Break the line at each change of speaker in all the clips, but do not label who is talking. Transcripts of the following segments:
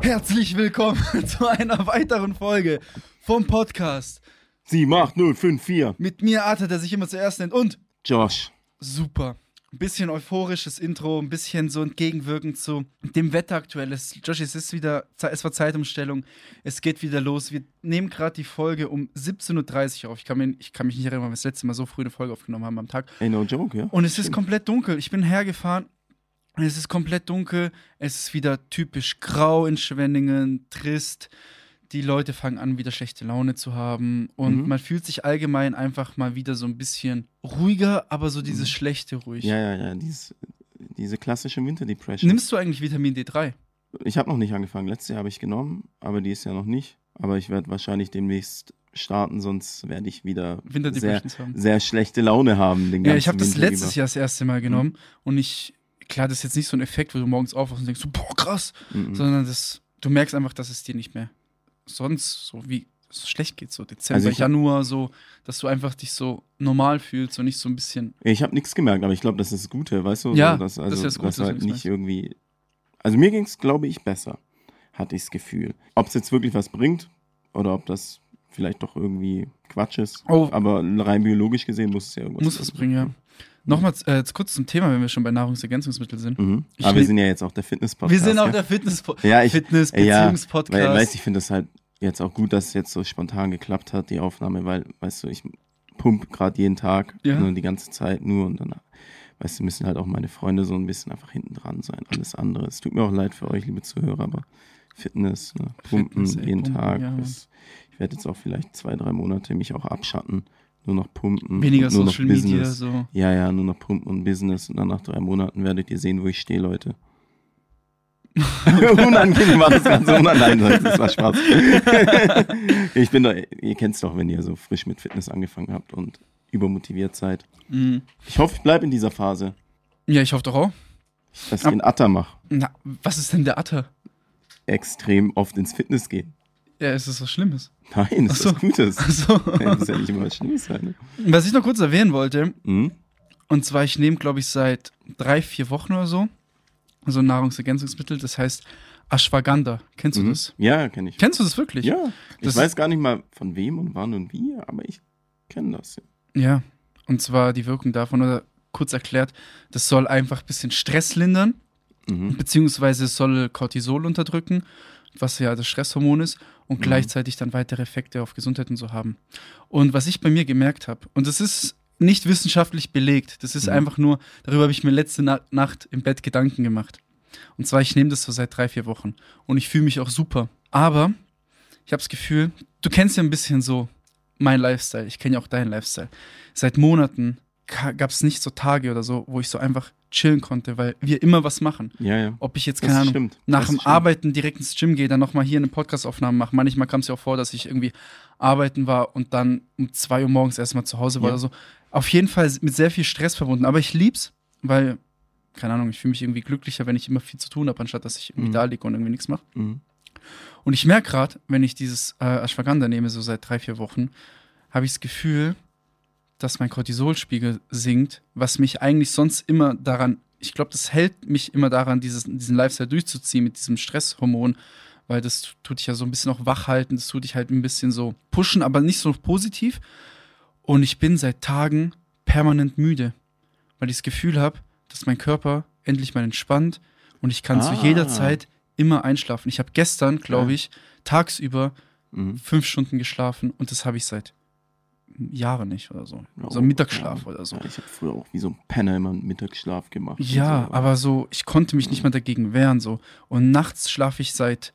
Herzlich willkommen zu einer weiteren Folge vom Podcast.
Sie macht 054.
Mit mir Arthur, der sich immer zuerst nennt. Und
Josh.
super. Ein bisschen euphorisches Intro, ein bisschen so entgegenwirkend zu dem Wetter aktuell. Es, Josh, es ist wieder, Ze- es war Zeitumstellung, es geht wieder los. Wir nehmen gerade die Folge um 17.30 Uhr auf. Ich kann, mir, ich kann mich nicht erinnern, wann wir das letzte Mal so früh eine Folge aufgenommen haben am Tag.
Ey, no joke, ja?
Und es ist komplett dunkel. Ich bin hergefahren. und Es ist komplett dunkel. Es ist wieder typisch grau in Schwenningen, trist. Die Leute fangen an, wieder schlechte Laune zu haben. Und
Mhm.
man fühlt sich allgemein einfach mal wieder so ein bisschen ruhiger, aber so dieses schlechte ruhig.
Mhm. Ja, ja, ja. Dieses, diese klassische Winterdepression.
Nimmst du eigentlich Vitamin D3?
ich habe noch nicht angefangen. Letztes Jahr habe ich genommen, aber die ist ja noch nicht. Aber ich werde wahrscheinlich demnächst starten, sonst werde ich wieder sehr,
Winterdepressions haben.
sehr schlechte Laune haben. Den
Ja,
ganzen
ich habe das
Winter
letztes Jahr das erste Mal genommen.
Mhm.
Und ich, klar, das ist jetzt nicht so ein Effekt, wo du morgens aufwachst und denkst, so, boah, krass.
über. Mhm.
sondern das, du merkst einfach, dass es dir nicht mehr sonst so wie so schlecht geht, so Dezember,
Also ich hab-
Januar, so, dass du einfach dich so normal fühlst und nicht so ein bisschen.
Ich habe nichts gemerkt, aber ich glaube, das ist das Gute, weißt du?
Ja,
so, dass,
das ist
also,
das Gute,
dass du
dass
halt
du nichts
nicht irgendwie. Also mir ging es, glaube ich, besser, hatte ich das Gefühl. Ob es jetzt wirklich was bringt oder ob das vielleicht doch irgendwie Quatsch ist.
Oh.
Aber rein biologisch gesehen muss es ja irgendwas
muss was bringen,
Mhm.
ja. Nochmal äh, jetzt kurz zum Thema, wenn wir schon bei Nahrungsergänzungsmitteln sind.
Mhm.
Ich
Aber wir
ne-
sind ja jetzt auch der Fitness-Podcast.
Wir sind auch
gell?
der Fitness,
Ja, ich.
Fitness
ja,
Beziehungspodcast.
Weil, weißt du, ich finde das halt jetzt auch gut, dass es jetzt so spontan geklappt hat, die Aufnahme, weil, weißt du, ich pump gerade jeden Tag
Ja.
nur die ganze Zeit nur und dann, weißt du, müssen halt auch meine Freunde so ein bisschen einfach hinten dran sein. Alles andere. Es tut mir auch leid für euch, liebe Zuhörer, aber Fitness, ne? Pumpen
Fitness, ey,
jeden
pumpen,
Tag.
ja, Mann.
ist, ich werde jetzt auch vielleicht zwei, drei Monate mich auch abschatten. Nur noch pumpen.
Weniger
und nur
Social
noch Business.
Media, so.
Ja, ja, nur noch Pumpen und Business und dann nach drei Monaten werdet ihr sehen, wo ich stehe, Leute. Unangenehm war das Ganze. Nein, Leute, das war Spaß. ich bin doch, ihr kennt's doch, wenn ihr so frisch mit Fitness angefangen habt und übermotiviert seid.
Mhm.
Ich hoffe, ich bleibe in dieser Phase,
Ja, ich hoffe doch auch.
dass ich den Atter mache.
Na, was ist denn der Atter?
Extrem oft ins Fitness gehen.
Ja, ist das was Schlimmes?
Nein, das
Ach so.
ist was Gutes.
Also,
Das ist ja nicht immer was Schlimmes sein. Ne?
was ich noch kurz erwähnen wollte,
Mhm.
Und zwar, ich nehme, glaube ich, seit drei, vier Wochen oder so so ein Nahrungsergänzungsmittel, das heißt Ashwagandha. Kennst du
Mhm.
das?
Ja, kenne ich.
Kennst du das wirklich?
Ja, ich
Das-
weiß gar nicht mal von wem und wann und wie, aber ich kenne das. Ja.
Ja. Und zwar die Wirkung davon, oder kurz erklärt, das soll einfach ein bisschen Stress lindern,
Mhm.
beziehungsweise es soll Cortisol unterdrücken, was ja das Stresshormon ist, und
Mhm.
gleichzeitig dann weitere Effekte auf Gesundheit und so haben. Und was ich bei mir gemerkt habe, und das ist nicht wissenschaftlich belegt, das ist
Mhm.
einfach nur, darüber habe ich mir letzte Na Nacht im Bett Gedanken gemacht. Und zwar, ich nehme das so seit drei, vier Wochen und ich fühle mich auch super. Aber ich habe das Gefühl, du kennst ja ein bisschen so mein Lifestyle, ich kenne ja auch deinen Lifestyle. Seit Monaten gab es nicht so Tage oder so, wo ich so einfach chillen konnte, weil wir immer was machen
ja, ja.
ob ich jetzt,
Das
keine Ahnung,
stimmt.
nach
Das
dem
stimmt.
Arbeiten direkt ins Gym gehe, dann nochmal hier eine Podcast-Aufnahme mache. Manchmal kam es ja auch vor, dass ich irgendwie arbeiten war und dann um 2 Uhr morgens erstmal zu Hause war
Ja.
oder so. Auf jeden Fall mit sehr viel Stress verbunden. Aber ich lieb's, weil, keine Ahnung, ich fühle mich irgendwie glücklicher, wenn ich immer viel zu tun habe, anstatt dass ich irgendwie
Mhm.
da liege und irgendwie nichts mache.
Mhm.
Und ich merke gerade, wenn ich dieses äh, Ashwagandha nehme, so seit drei, vier Wochen, habe ich das Gefühl, dass mein Cortisolspiegel sinkt, was mich eigentlich sonst immer daran, ich glaube, das hält mich immer daran, dieses, diesen Lifestyle durchzuziehen mit diesem Stresshormon, weil das tut dich ja so ein bisschen auch wach halten, das tut dich halt ein bisschen so pushen, aber nicht so positiv. Und ich bin seit Tagen permanent müde, weil ich das Gefühl habe, dass mein Körper endlich mal entspannt und ich kann zu
Ah.
jeder Zeit immer einschlafen. Ich habe gestern, glaube
Ja.
ich, tagsüber
Mhm.
fünf Stunden geschlafen und das habe ich seit Jahren nicht oder so. so
Oh,
Mittagsschlaf
ja.
oder so.
Ja, ich habe früher auch wie so ein Penner immer einen Mittagsschlaf gemacht. und
Ja,
so.
aber so, ich konnte mich nicht mal dagegen wehren. so. Und nachts schlafe ich seit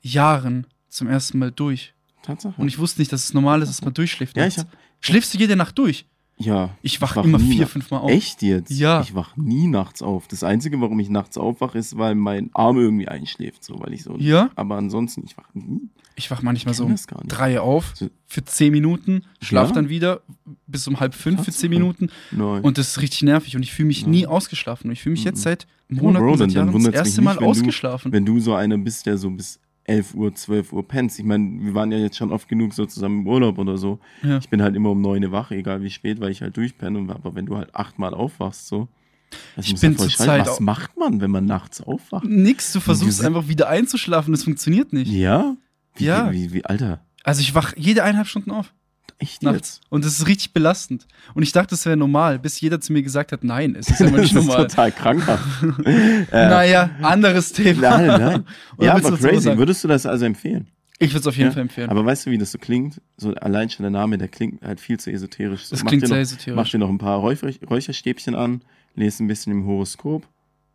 Jahren zum ersten Mal durch.
Tatsache.
Und ich wusste nicht, dass es normal ist, dass man durchschläft.
ja, ich
nachts.
hab,
Schläfst du jede Nacht durch?
ja.
Ich wach,
wach
immer
nie
vier,
nach-
fünf Mal auf.
Echt jetzt?
Ja.
Ich wach nie nachts auf. Das Einzige, warum ich nachts aufwache, ist, weil mein Arm irgendwie einschläft, so, weil ich so.
Ja,
Aber ansonsten, ich wach nie.
ich wach manchmal
Ich
so
kenn
um
das gar nicht.
drei auf
So-
für zehn Minuten, schlaf
Ja?
dann wieder bis um halb fünf für zehn
Tatsache.
Minuten
Nein.
Und das ist richtig nervig und ich fühle mich
Ja.
nie ausgeschlafen. Und ich fühle mich
Mhm.
jetzt seit
Ja,
Monaten,
Bro, dann-
seit
dann
Jahren das
wundert's mich
erste Mal
nicht, wenn du-
ausgeschlafen.
Wenn du so einer bist, der so bis 11 Uhr, 12 Uhr pennst. Ich meine, wir waren ja jetzt schon oft genug so zusammen im Urlaub oder so.
Ja.
Ich bin halt immer um 9 Uhr wach, egal wie spät, weil ich halt durchpenne. Und- Aber wenn du halt achtmal aufwachst, so, Das
Ich
muss ja
bin
voll
zur
scheiße-
Zeit
Was
auch-
macht man, wenn man nachts aufwacht?
Nix, du versuchst
sind-
einfach wieder einzuschlafen, das funktioniert nicht.
Ja? Wie,
Ja.
Wie, wie, Alter,
Also ich wach jede eineinhalb Stunden auf
echt
nachts.
jetzt?
Und das ist richtig belastend. Und ich dachte, das wäre normal, bis jeder zu mir gesagt hat, nein, es ist einfach
das
nicht
ist
normal.
total krankhaft. äh,
Naja, anderes Thema.
nein, nein.
Oder willst
Ja, aber
du dazu was
crazy.
sagen?
Würdest du das also empfehlen?
Ich würde es auf jeden
Ja,
Fall empfehlen.
Aber weißt du, wie das so klingt? So allein schon der Name, der klingt halt viel zu esoterisch. So,
Das
mach
klingt
dir
sehr
noch, Mach
esoterisch.
dir noch ein paar Räucher, Räucherstäbchen an, lese ein bisschen im Horoskop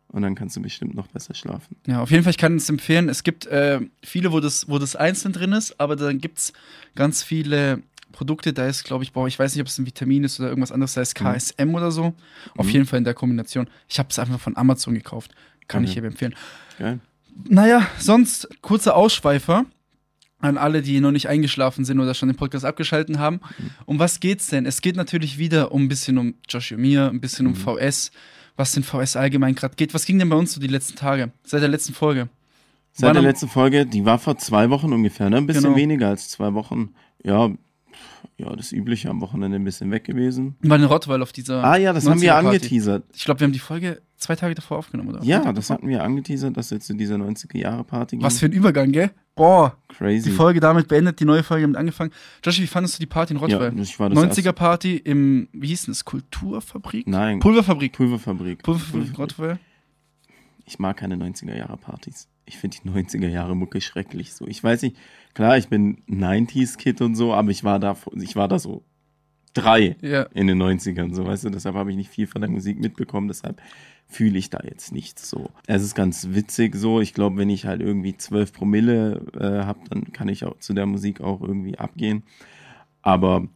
und dann kannst du bestimmt noch besser schlafen.
Ja, auf jeden Fall, ich kann es empfehlen. Es gibt äh, viele, wo das, wo das einzeln drin ist, aber dann gibt es ganz viele Produkte. Da ist, glaube ich, boah, ich weiß nicht, ob es ein Vitamin ist oder irgendwas anderes, da ist
Mhm.
KSM oder so. Auf
Mhm.
jeden Fall in der Kombination. Ich habe es einfach von Amazon gekauft. Kann
Okay.
ich jedem empfehlen.
Geil.
Naja, sonst kurzer Ausschweifer an alle, die noch nicht eingeschlafen sind oder schon den Podcast abgeschalten haben.
Mhm.
Um was geht's denn? Es geht natürlich wieder um ein bisschen um Josh und mir, ein bisschen um
Mhm.
VS, was in VS allgemein gerade geht. Was ging denn bei uns so die letzten Tage? Seit der letzten Folge?
Seit
Wann
der
am-
letzten Folge, die war vor zwei Wochen ungefähr, ne? Ein bisschen
Genau.
weniger als zwei Wochen. Ja, pff, ja, das Übliche am Wochenende ein bisschen weg gewesen.
War in Rottweil auf dieser.
Ah ja, das haben wir
90er-Party.
angeteasert.
Ich glaube, wir haben die Folge zwei Tage davor aufgenommen, oder?
Ja, das hatten wir angeteasert, dass wir zu dieser 90er-Jahre-Party gehen.
Was für ein Übergang, gell? Boah, die
Crazy.
Folge damit beendet, die neue Folge damit angefangen. Josh, wie fandest du die Party in
ja,
Rottweil?
ich war das erste-
90er-Party im, wie hieß denn das? Kulturfabrik?
Nein,
Pulverfabrik.
Pulverfabrik.
Pulverfabrik Rottweil.
ich mag keine 90er-Jahre-Partys. Ich finde die 90er-Jahre-Mucke schrecklich so. Ich weiß nicht, klar, ich bin 90s-Kid und so, aber ich war da, ich war da so drei
Ja.
in den 90ern, so weißt du, deshalb habe ich nicht viel von der Musik mitbekommen, deshalb fühle ich da jetzt nichts so. Es ist ganz witzig so, ich glaube, wenn ich halt irgendwie 12 Promille äh, habe, dann kann ich auch zu der Musik auch irgendwie abgehen. Aber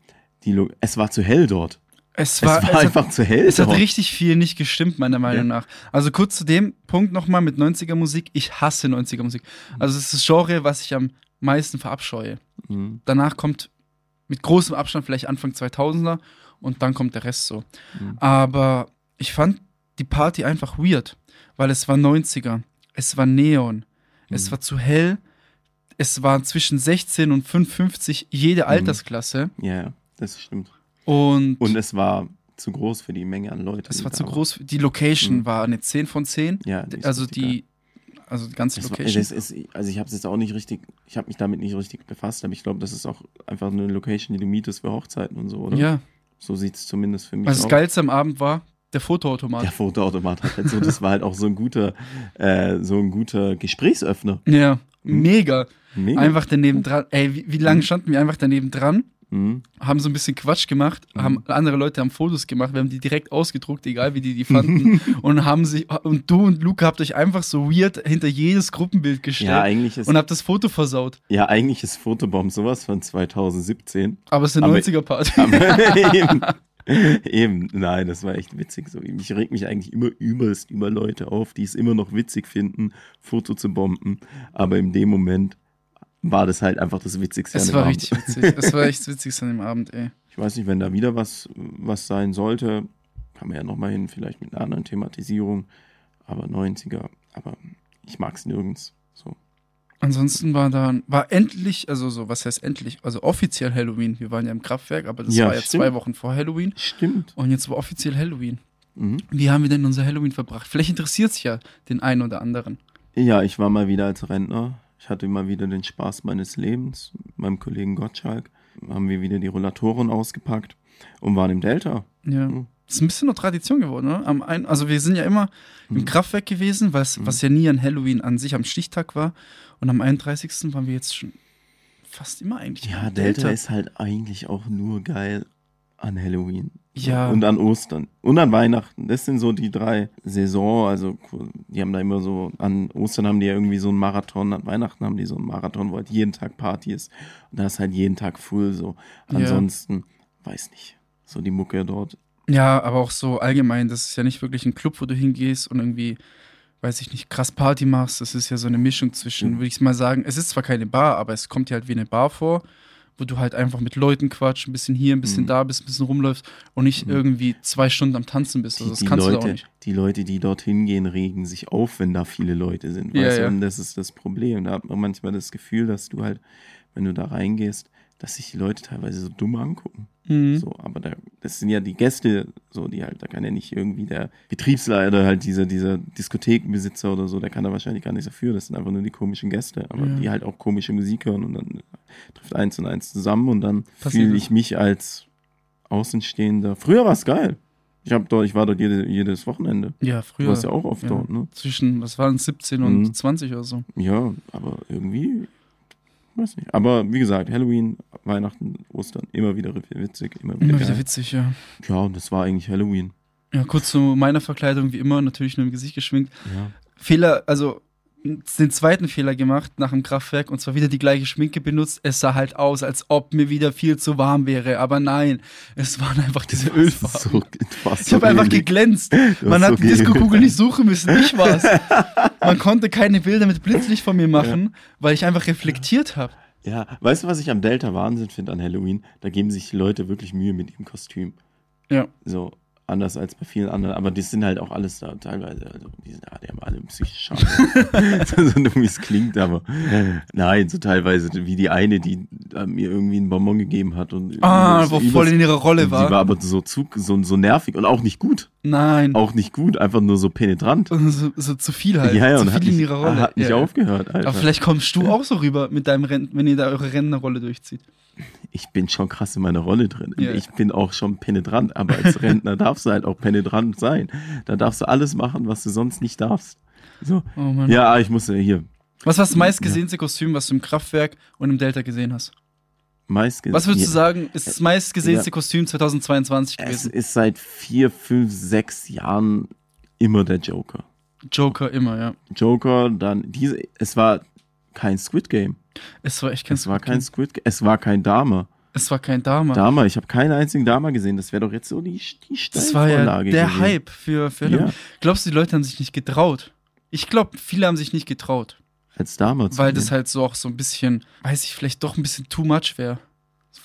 die Lo es war zu hell dort.
Es
Es war,
war, es hat,
einfach Oh. zu hell
es hat
dort.
richtig viel nicht gestimmt, meiner Meinung nach. Also kurz zu dem Punkt nochmal mit 90er Musik. Ich hasse 90er Musik. Also es ist das Genre, was ich am meisten verabscheue.
Mhm.
Danach kommt mit großem Abstand vielleicht Anfang 2000er und dann kommt der Rest so.
Mhm.
Aber ich fand die Party einfach weird, weil es war 90er, es war Neon, es
Mhm.
war zu hell, es waren zwischen 16 und 55
Mhm.
jede Altersklasse
Ja, ja, das stimmt.
und,
Und es war zu groß für die Menge an Leuten.
es
die
war
da
zu groß. Die Location
Mhm.
war eine 10 von 10.
Ja, die ist
also
richtig geil.
die, also die ganze
Das war,
Location.
das ist, also ich habe es jetzt auch nicht richtig, ich habe mich damit nicht richtig befasst, aber ich glaube, das ist auch einfach eine Location, die du mietest für Hochzeiten und so, oder?
ja,
So sieht es zumindest für mich
also
aus.
das Geilste am Abend war der
Der
Fotoautomat.
Fotoautomat hat halt so, das war halt auch so ein guter, äh, so ein guter Gesprächsöffner.
Ja,
Mhm.
mega.
Mega.
Einfach
Hm?
daneben dran. Ey, wie, wie lange standen wir einfach daneben dran?
Mhm.
Haben so ein bisschen Quatsch gemacht,
Mhm.
haben andere Leute haben Fotos gemacht, wir haben die direkt ausgedruckt, egal wie die die fanden. und haben sich, und du und Luca habt euch einfach so weird hinter jedes Gruppenbild
Ja,
gestellt
eigentlich ist,
und habt das Foto versaut.
ja, eigentlich ist Fotobomb sowas von 2017.
Aber es ist eine
Aber-
90er-Party.
Aber eben, eben, nein, das war echt witzig. So, ich reg mich eigentlich immer übelst über Leute auf, die es immer noch witzig finden, Foto zu bomben. Aber in dem Moment war das halt einfach das Witzigste. an
Es
dem
war
Abend.
richtig witzig. Es war echt witzig an dem Abend, ey.
Ich weiß nicht, wenn da wieder was, was sein sollte, kann man ja nochmal hin, vielleicht mit einer anderen Thematisierung. Aber 90er, aber ich mag es nirgends. So.
Ansonsten war dann, war endlich, also so, was heißt endlich? Also offiziell Halloween. Wir waren ja im Kraftwerk, aber das
Ja,
war ja
stimmt.
zwei Wochen vor Halloween.
Stimmt.
Und jetzt war offiziell Halloween.
Mhm.
Wie haben wir denn unser Halloween verbracht? Vielleicht interessiert es ja den einen oder anderen.
Ja, ich war mal wieder als Rentner. Ich hatte mal wieder den Spaß meines Lebens. Mit meinem Kollegen Gottschalk haben wir wieder die Rollatoren ausgepackt und waren im Delta.
Ja.
Mhm.
Ist ein bisschen noch Tradition geworden, ne? Am ein, also wir sind ja immer im
Mhm.
Kraftwerk gewesen, was,
Mhm.
was ja nie an Halloween an sich am Stichtag war. Und am 31. waren wir jetzt schon fast immer eigentlich.
Ja,
am
Delta, ist halt eigentlich auch nur geil an Halloween.
Ja.
Und an Ostern. Und an Weihnachten. Das sind so die drei Saison. Also, die haben da immer so, an Ostern haben die ja irgendwie so einen Marathon, an Weihnachten haben die so einen Marathon, wo halt jeden Tag Party ist. Und da ist halt jeden Tag full so.
Ja.
Ansonsten, weiß nicht. So die Mucke dort
Ja, aber auch so allgemein, das ist ja nicht wirklich ein Club, wo du hingehst und irgendwie, weiß ich nicht, krass Party machst. Das ist ja so eine Mischung zwischen,
Mhm.
würde ich mal sagen, es ist zwar keine Bar, aber es kommt dir halt wie eine Bar vor, wo du halt einfach mit Leuten quatsch, ein bisschen hier, ein bisschen
Mhm.
da bist, ein bisschen rumläufst und nicht
Mhm.
irgendwie zwei Stunden am Tanzen bist.
Die,
Also das
die,
kannst
Leute,
du da auch nicht.
die Leute, die dorthin gehen, regen sich auf, wenn da viele Leute sind.
Ja,
weißt du?
ja.
Und das ist das Problem. Da hat man manchmal das Gefühl, dass du halt, wenn du da reingehst, dass sich die Leute teilweise so dumm angucken.
Mhm.
So, aber da, das sind ja die Gäste, so, die halt, da kann ja nicht irgendwie der Betriebsleiter, halt dieser, dieser Diskothekenbesitzer oder so, der kann da wahrscheinlich gar nichts dafür. Das sind einfach nur die komischen Gäste, aber
Ja.
die halt auch komische Musik hören und dann äh, trifft eins und eins zusammen und dann
Passiert
fühle
das.
ich mich als Außenstehender. Früher war es geil. Ich hab dort, ich war dort jede, jedes Wochenende.
Ja, früher.
Du warst ja auch oft
Ja.
dort, ne?
Zwischen, was waren es, 17 und
Mhm.
20 oder so.
Ja, aber irgendwie, weiß nicht. Aber wie gesagt, Halloween, Weihnachten, Ostern, immer wieder witzig, immer wieder,
Immer
geil.
wieder witzig, ja.
Ja, und das war eigentlich Halloween.
Ja, kurz zu meiner Verkleidung, wie immer, natürlich nur im Gesicht geschminkt.
Ja.
Fehler, also den zweiten Fehler gemacht nach dem Kraftwerk und zwar wieder die gleiche Schminke benutzt. Es sah halt aus, als ob mir wieder viel zu warm wäre, aber nein, es waren einfach diese Ölfarben.
So, das war so
ich habe einfach
ähnlich.
geglänzt.
Das war
Man
so
hat die Disco-Kugel
ähnlich.
nicht suchen müssen, ich war's. Man konnte keine Bilder mit Blitzlicht von mir machen, weil ich einfach reflektiert habe.
Ja, weißt du, was ich am Delta Wahnsinn finde an Halloween? Da geben sich die Leute wirklich Mühe mit ihrem Kostüm.
Ja.
So, anders als bei vielen anderen. Aber die sind halt auch alles da, teilweise. Also, die, sind, ah, die haben alle psychisch Schaden. so so dumm, wie es klingt, aber nein, so teilweise wie die eine, die äh, mir irgendwie einen Bonbon gegeben hat. Und
Ah,
übers-
wo
übers-
voll in ihrer Rolle
Die war
war.
aber so, zu, so, so nervig und auch nicht gut.
Nein.
Auch nicht gut, einfach nur so penetrant.
So, so zu viel halt.
ja, ja,
zu
und
viel
hat
in
nicht,
ihrer Rolle.
hat nicht
ja.
aufgehört, Alter.
Aber vielleicht kommst du auch so rüber mit deinem Rent wenn ihr da eure Rentnerrolle durchzieht.
ich bin schon krass in meiner Rolle drin.
Ja.
Ich bin auch schon penetrant, aber als Rentner darfst du halt auch penetrant sein. Da darfst du alles machen, was du sonst nicht darfst. So.
Oh Mann.
Ja, ah, ich muss äh, hier
Was war das meistgesehenste Kostüm, was du im Kraftwerk und im Delta gesehen hast?
meist
Was würdest du
Ja,
sagen, ist das meistgesehenste Kostüm 2022
Es
gewesen?
ist seit vier, fünf, sechs Jahren immer der Joker.
Joker immer, ja.
Joker, dann diese. Es war kein Squid Game.
Es war echt kein
Es war kein Squid Game. Es war kein Dame.
Es war kein Dama.
Dame, ich habe keinen einzigen Dame gesehen. Das wäre doch jetzt so die, die
das war ja
Steilvorlage
der
gewesen.
Hype für, für
Ja,
Glaubst du, die Leute haben sich nicht getraut? Ich glaube, viele haben sich nicht getraut,
als Dame. zu
weil
gehen.
das halt so auch so ein bisschen, weiß ich, vielleicht doch ein bisschen too much wäre.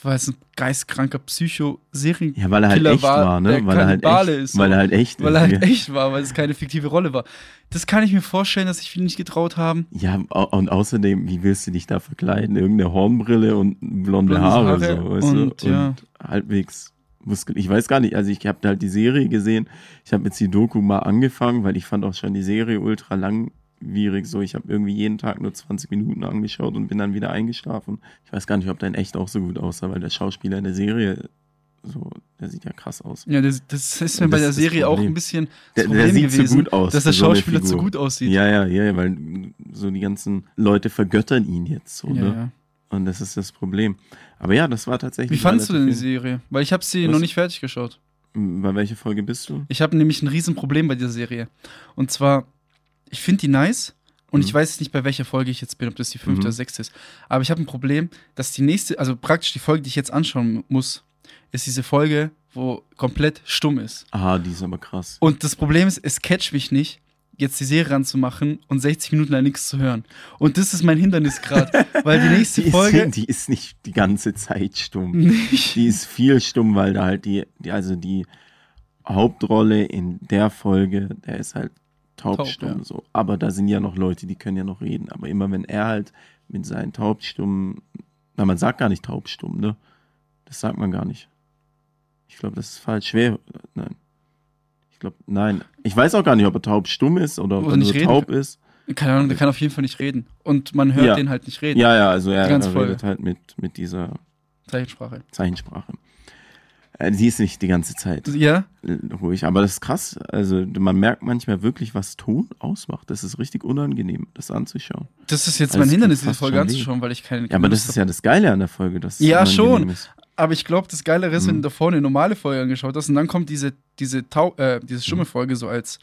Weil es ein geistkranker Psycho-Serien
Ja, weil er halt
Killer
echt
war,
war,
der
ne? Weil er, halt
Kannibale
echt,
ist, so.
weil er halt echt
Weil
ist.
er halt
ja.
echt war, weil es keine fiktive Rolle war. Das kann ich mir vorstellen, dass sich viele nicht getraut haben.
Ja, au- und außerdem, wie willst du dich da verkleiden? Irgendeine Hornbrille und blonde
Blonde
Haare,
Haare
so, weißt
und,
du?
ja.
halbwegs Muskel. Ich weiß gar nicht, also ich habe halt die Serie gesehen. Ich habe jetzt die Doku mal angefangen, weil ich fand auch schon die Serie ultra langwierig. So, ich habe irgendwie jeden Tag nur 20 Minuten angeschaut und bin dann wieder eingeschlafen. Ich weiß gar nicht, ob der in echt auch so gut aussah, weil der Schauspieler in der Serie, so, der sieht ja krass aus.
Ja, das, das ist mir
Und
bei
das
der
ist das
Serie auch
Problem.
ein bisschen das
Der,
Problem
der sieht
gewesen,
zu gut aus.
dass der
für so eine
Schauspieler zu
Figur.
gut aussieht.
Ja, ja, ja, ja, weil so die ganzen Leute vergöttern ihn jetzt so,
Ja,
ne?
ja.
Und das ist das Problem. Aber ja, das war tatsächlich.
Wie fandest du denn die
relativ-
Serie? Weil ich habe sie
Was?
noch nicht fertig geschaut.
Bei welcher Folge bist du?
Ich habe nämlich ein Riesenproblem bei dieser Serie. Und zwar, ich finde die nice und
Mhm.
ich weiß nicht, bei welcher Folge ich jetzt bin, ob das die fünfte
Mhm.
oder sechste ist. Aber ich habe ein Problem, dass die nächste, also praktisch die Folge, die ich jetzt anschauen muss, ist diese Folge, wo komplett stumm ist.
Ah, die ist aber krass.
Und das Problem ist, es catcht mich nicht, jetzt die Serie ranzumachen und 60 Minuten lang nichts zu hören. Und das ist mein Hindernis gerade, weil die nächste
Die
Folge
ist, die ist nicht die ganze Zeit stumm.
nicht.
Die ist viel stumm, weil da halt die, die also die Hauptrolle in der Folge, der ist halt
Taub,
taubstumm
ja.
so. Aber da sind ja noch Leute, die können ja noch reden. Aber immer wenn er halt mit seinen taubstummen, na man sagt gar nicht taubstumm, ne? Das sagt man gar nicht. Ich glaube, das ist falsch. Schwer, nein. Ich glaube, nein. Ich weiß auch gar nicht, ob er taubstumm ist oder ob
Oder
er
nicht
nur
reden
taub ist.
Keine Ahnung, der kann auf jeden Fall nicht reden. Und man hört
Ja.
den halt nicht reden.
Ja, ja, also er,
Die ganze
er redet halt mit, mit dieser
Zeichensprache.
Zeichensprache. Äh, Die ist nicht die ganze Zeit.
Ja?
äh, ruhig. Aber das ist krass. Also man merkt manchmal wirklich, was Ton ausmacht. Das ist richtig unangenehm, das anzuschauen.
Das ist jetzt
Also
mein
es
Hindernis,
tut
diese
fast
Folge
schon
anzuschauen, weil ich keine.
Ja, aber das ist ja das Geile an der Folge. Dass es
Ja,
unangenehm
schon.
Ist.
aber ich glaube, das Geilere ist, wenn
Mhm.
du da vorne eine normale Folge angeschaut hast und dann kommt diese, diese, Tau äh, diese
Hm.
stumme Folge so als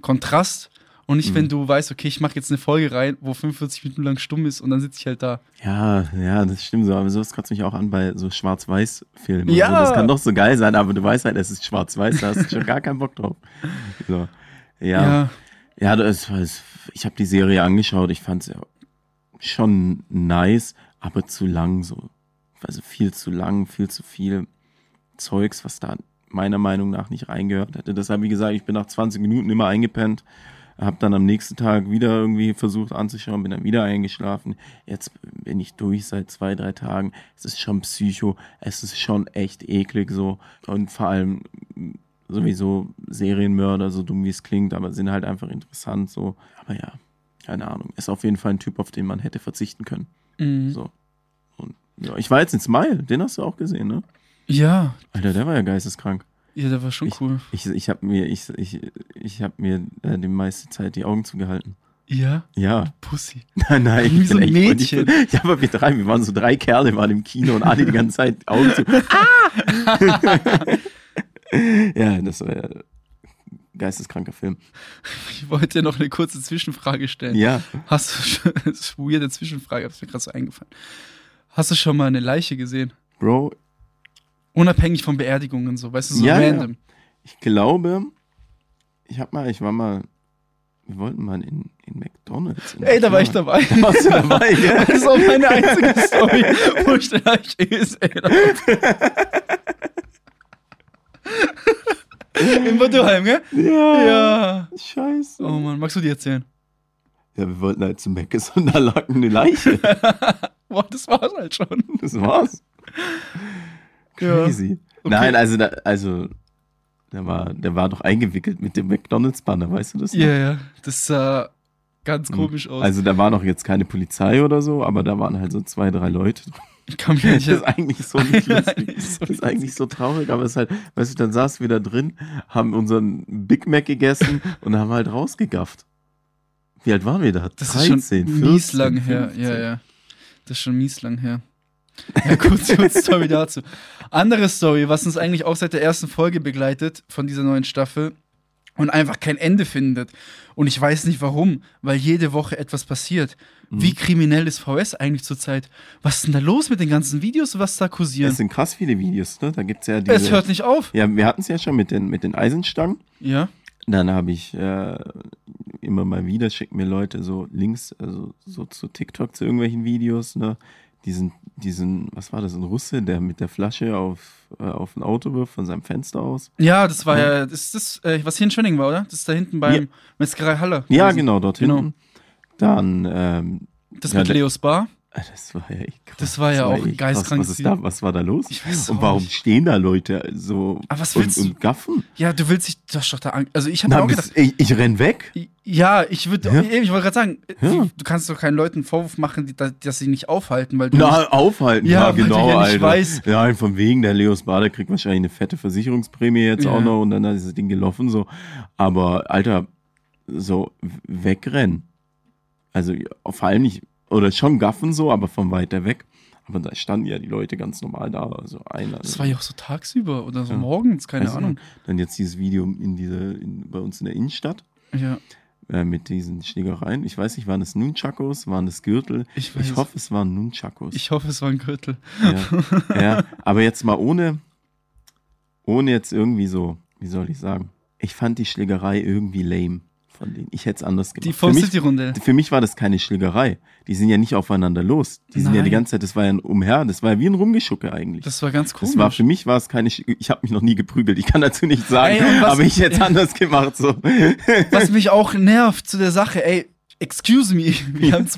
Kontrast. Und nicht,
Mhm.
wenn du weißt, okay, ich mache jetzt eine Folge rein, wo 45 Minuten lang stumm ist und dann sitze ich halt da.
Ja, ja, das stimmt so. Aber sowas kotzt mich auch an bei so Schwarz-Weiß-Filmen.
Ja.
Also, das kann doch so geil sein, aber du weißt halt, es ist Schwarz-Weiß, da hast du schon gar keinen Bock drauf. So. Ja. ja. das, das, ich habe die Serie angeschaut. Ich fand es schon nice, aber zu lang so. Also viel zu lang, viel zu viel Zeugs, was da meiner Meinung nach nicht reingehört hätte. Deshalb, wie gesagt, ich bin nach 20 Minuten immer eingepennt. Habe dann am nächsten Tag wieder irgendwie versucht anzuschauen, bin dann wieder eingeschlafen. Jetzt bin ich durch seit zwei, drei Tagen. Es ist schon Psycho, es ist schon echt eklig so. Und vor allem sowieso Serienmörder, so dumm wie es klingt, aber sind halt einfach interessant so. Aber ja, keine Ahnung. Ist auf jeden Fall ein Typ, auf den man hätte verzichten können.
Mhm.
So. Und ja, ich war jetzt in Smile, den hast du auch gesehen, ne?
Ja,
Alter, der war ja geisteskrank.
ja, der war schon cool.
Ich, ich habe mir, ich, ich, ich hab mir äh, die meiste Zeit die Augen zugehalten.
Ja,
Ja,
Pussy.
nein, nein.
Wie
ich
so ein
bin echt voll nicht-
Mädchen.
Ja, aber wir drei, wir waren so drei Kerle, waren im Kino und alle die ganze Zeit Augen zu. Ah! ja, das war ja geisteskranker Film.
Ich wollte dir noch eine kurze Zwischenfrage stellen.
Ja,
Hast du schon, das ist eine weirde Zwischenfrage, hab's mir gerade so eingefallen. Hast du schon mal eine Leiche gesehen?
Bro,
Unabhängig von Beerdigungen und so, weißt du, so
Ja, ja.
random.
Ich glaube, ich hab mal, ich war mal, wir wollten mal in, in McDonalds. in
Ey, da war ich
Deutschland.
dabei.
Da warst du dabei, gell?
Das ist auch meine einzige Story, wo ich der Leiche gesehen habe. In Bad Dürheim, gell?
Ja.
Ja.
Scheiße.
Oh Mann, magst du die erzählen?
Ja, wir wollten halt zum Meckes und da lag eine Leiche.
Boah, das war's halt schon.
Das war's.
Ja.
Crazy.
Okay.
Nein, also, da, also, der war, der war doch eingewickelt mit dem McDonalds-Banner, weißt du das? noch?
Ja, ja. Das sah ganz
Mhm.
komisch aus.
Also, da war noch jetzt keine Polizei oder so, aber da waren halt so zwei, drei Leute.
ich kann mich
Das
nicht
ist eigentlich so nicht lustig.
so
Das ist eigentlich so traurig, aber es ist halt, weißt du, dann saßen wir da drin, haben unseren Big Mac gegessen und haben halt rausgegafft. Wie alt waren wir da?
Das ist schon mies lang her. Ja, ja. Das ist schon mies lang her. Ja, kurz, kurz Story dazu. Andere Story, was uns eigentlich auch seit der ersten Folge begleitet von dieser neuen Staffel und einfach kein Ende findet. Und ich weiß nicht warum, weil jede Woche etwas passiert. Wie kriminell ist VS eigentlich zurzeit? Was ist denn da los mit den ganzen Videos, was da
Es
kursieren?
sind krass viele Videos, ne? Da gibt's ja diese.
Es, hört nicht auf.
ja, wir hatten es ja schon mit den, mit den Eisenstangen.
Ja.
Dann habe ich äh, immer mal wieder schicken mir Leute so Links, also so zu TikTok zu irgendwelchen Videos, ne? Diesen, diesen, was war das, ein Russe, der mit der Flasche auf, äh, auf ein Auto wirft von seinem Fenster aus.
Ja, das war ja, das ist das, äh, was hier in Schwenning war, oder? Das ist da hinten beim
Ja.
Metzgerei Halle.
Ja,
gewesen.
genau, dort
Genau.
hinten. Dann, ähm,
Das
Ja,
mit
der-
Leos Bar.
ah, das war ja echt krass.
Das war ja auch ein
echt krass.
geistkrankes
Was, ist
Ziel.
da, was war da los?
Ich weiß es
Und
auch
warum
nicht.
stehen da Leute so
Aber was
und,
willst du-
und gaffen?
Ja, du willst dich, du hast doch da Angst. Also ich habe
Na,
auch gedacht,
bist, ich, ich renn weg.
I- ja, ich würde,
Ja.
ich wollte gerade sagen, äh,
Ja.
du kannst doch keinen Leuten einen Vorwurf machen, die, da- dass sie nicht aufhalten, weil du
Na, aufhalten.
Ja,
Ja,
weil
genau,
ich ja nicht
Alter.
weiß.
Ja, von wegen, der Leos Bader kriegt wahrscheinlich eine fette Versicherungsprämie jetzt
Ja.
auch noch und dann ist das Ding gelaufen so. Aber, Alter, so w- wegrennen. Also ja, vor allem nicht, oder schon gaffen so, aber von weiter weg. Aber da standen ja die Leute ganz normal da. Also einer.
das war ja auch so tagsüber oder so
Ja. Also,
morgens, keine
Weißt du
Ahnung.
noch? Dann jetzt dieses Video in diese, in, bei uns in der Innenstadt
Ja,
äh, mit diesen Schlägereien. Ich weiß nicht, waren es Nunchakos, waren es Gürtel?
ich weiß.
Ich hoffe, es waren Nunchakos.
ich hoffe, es war ein Gürtel.
Ja. ja, aber jetzt mal ohne, ohne jetzt irgendwie so, wie soll ich sagen? Ich fand die Schlägerei irgendwie lame von denen. Ich hätte es anders gemacht.
Die
für,
Foam
mich,
City Runde.
für mich war das keine Schlägerei. Die sind ja nicht aufeinander los. Die sind ja die
Nein.
ganze Zeit, das war ja ein Umher, das war ja wie ein Rumgeschucke eigentlich.
Das war ganz komisch.
Das war für mich war es keine. Sch ich habe mich noch nie geprügelt. Ich kann dazu nichts sagen.
Ey, und was-
aber ich hätte anders gemacht. So.
Was mich auch nervt zu der Sache, ey, excuse me, wir haben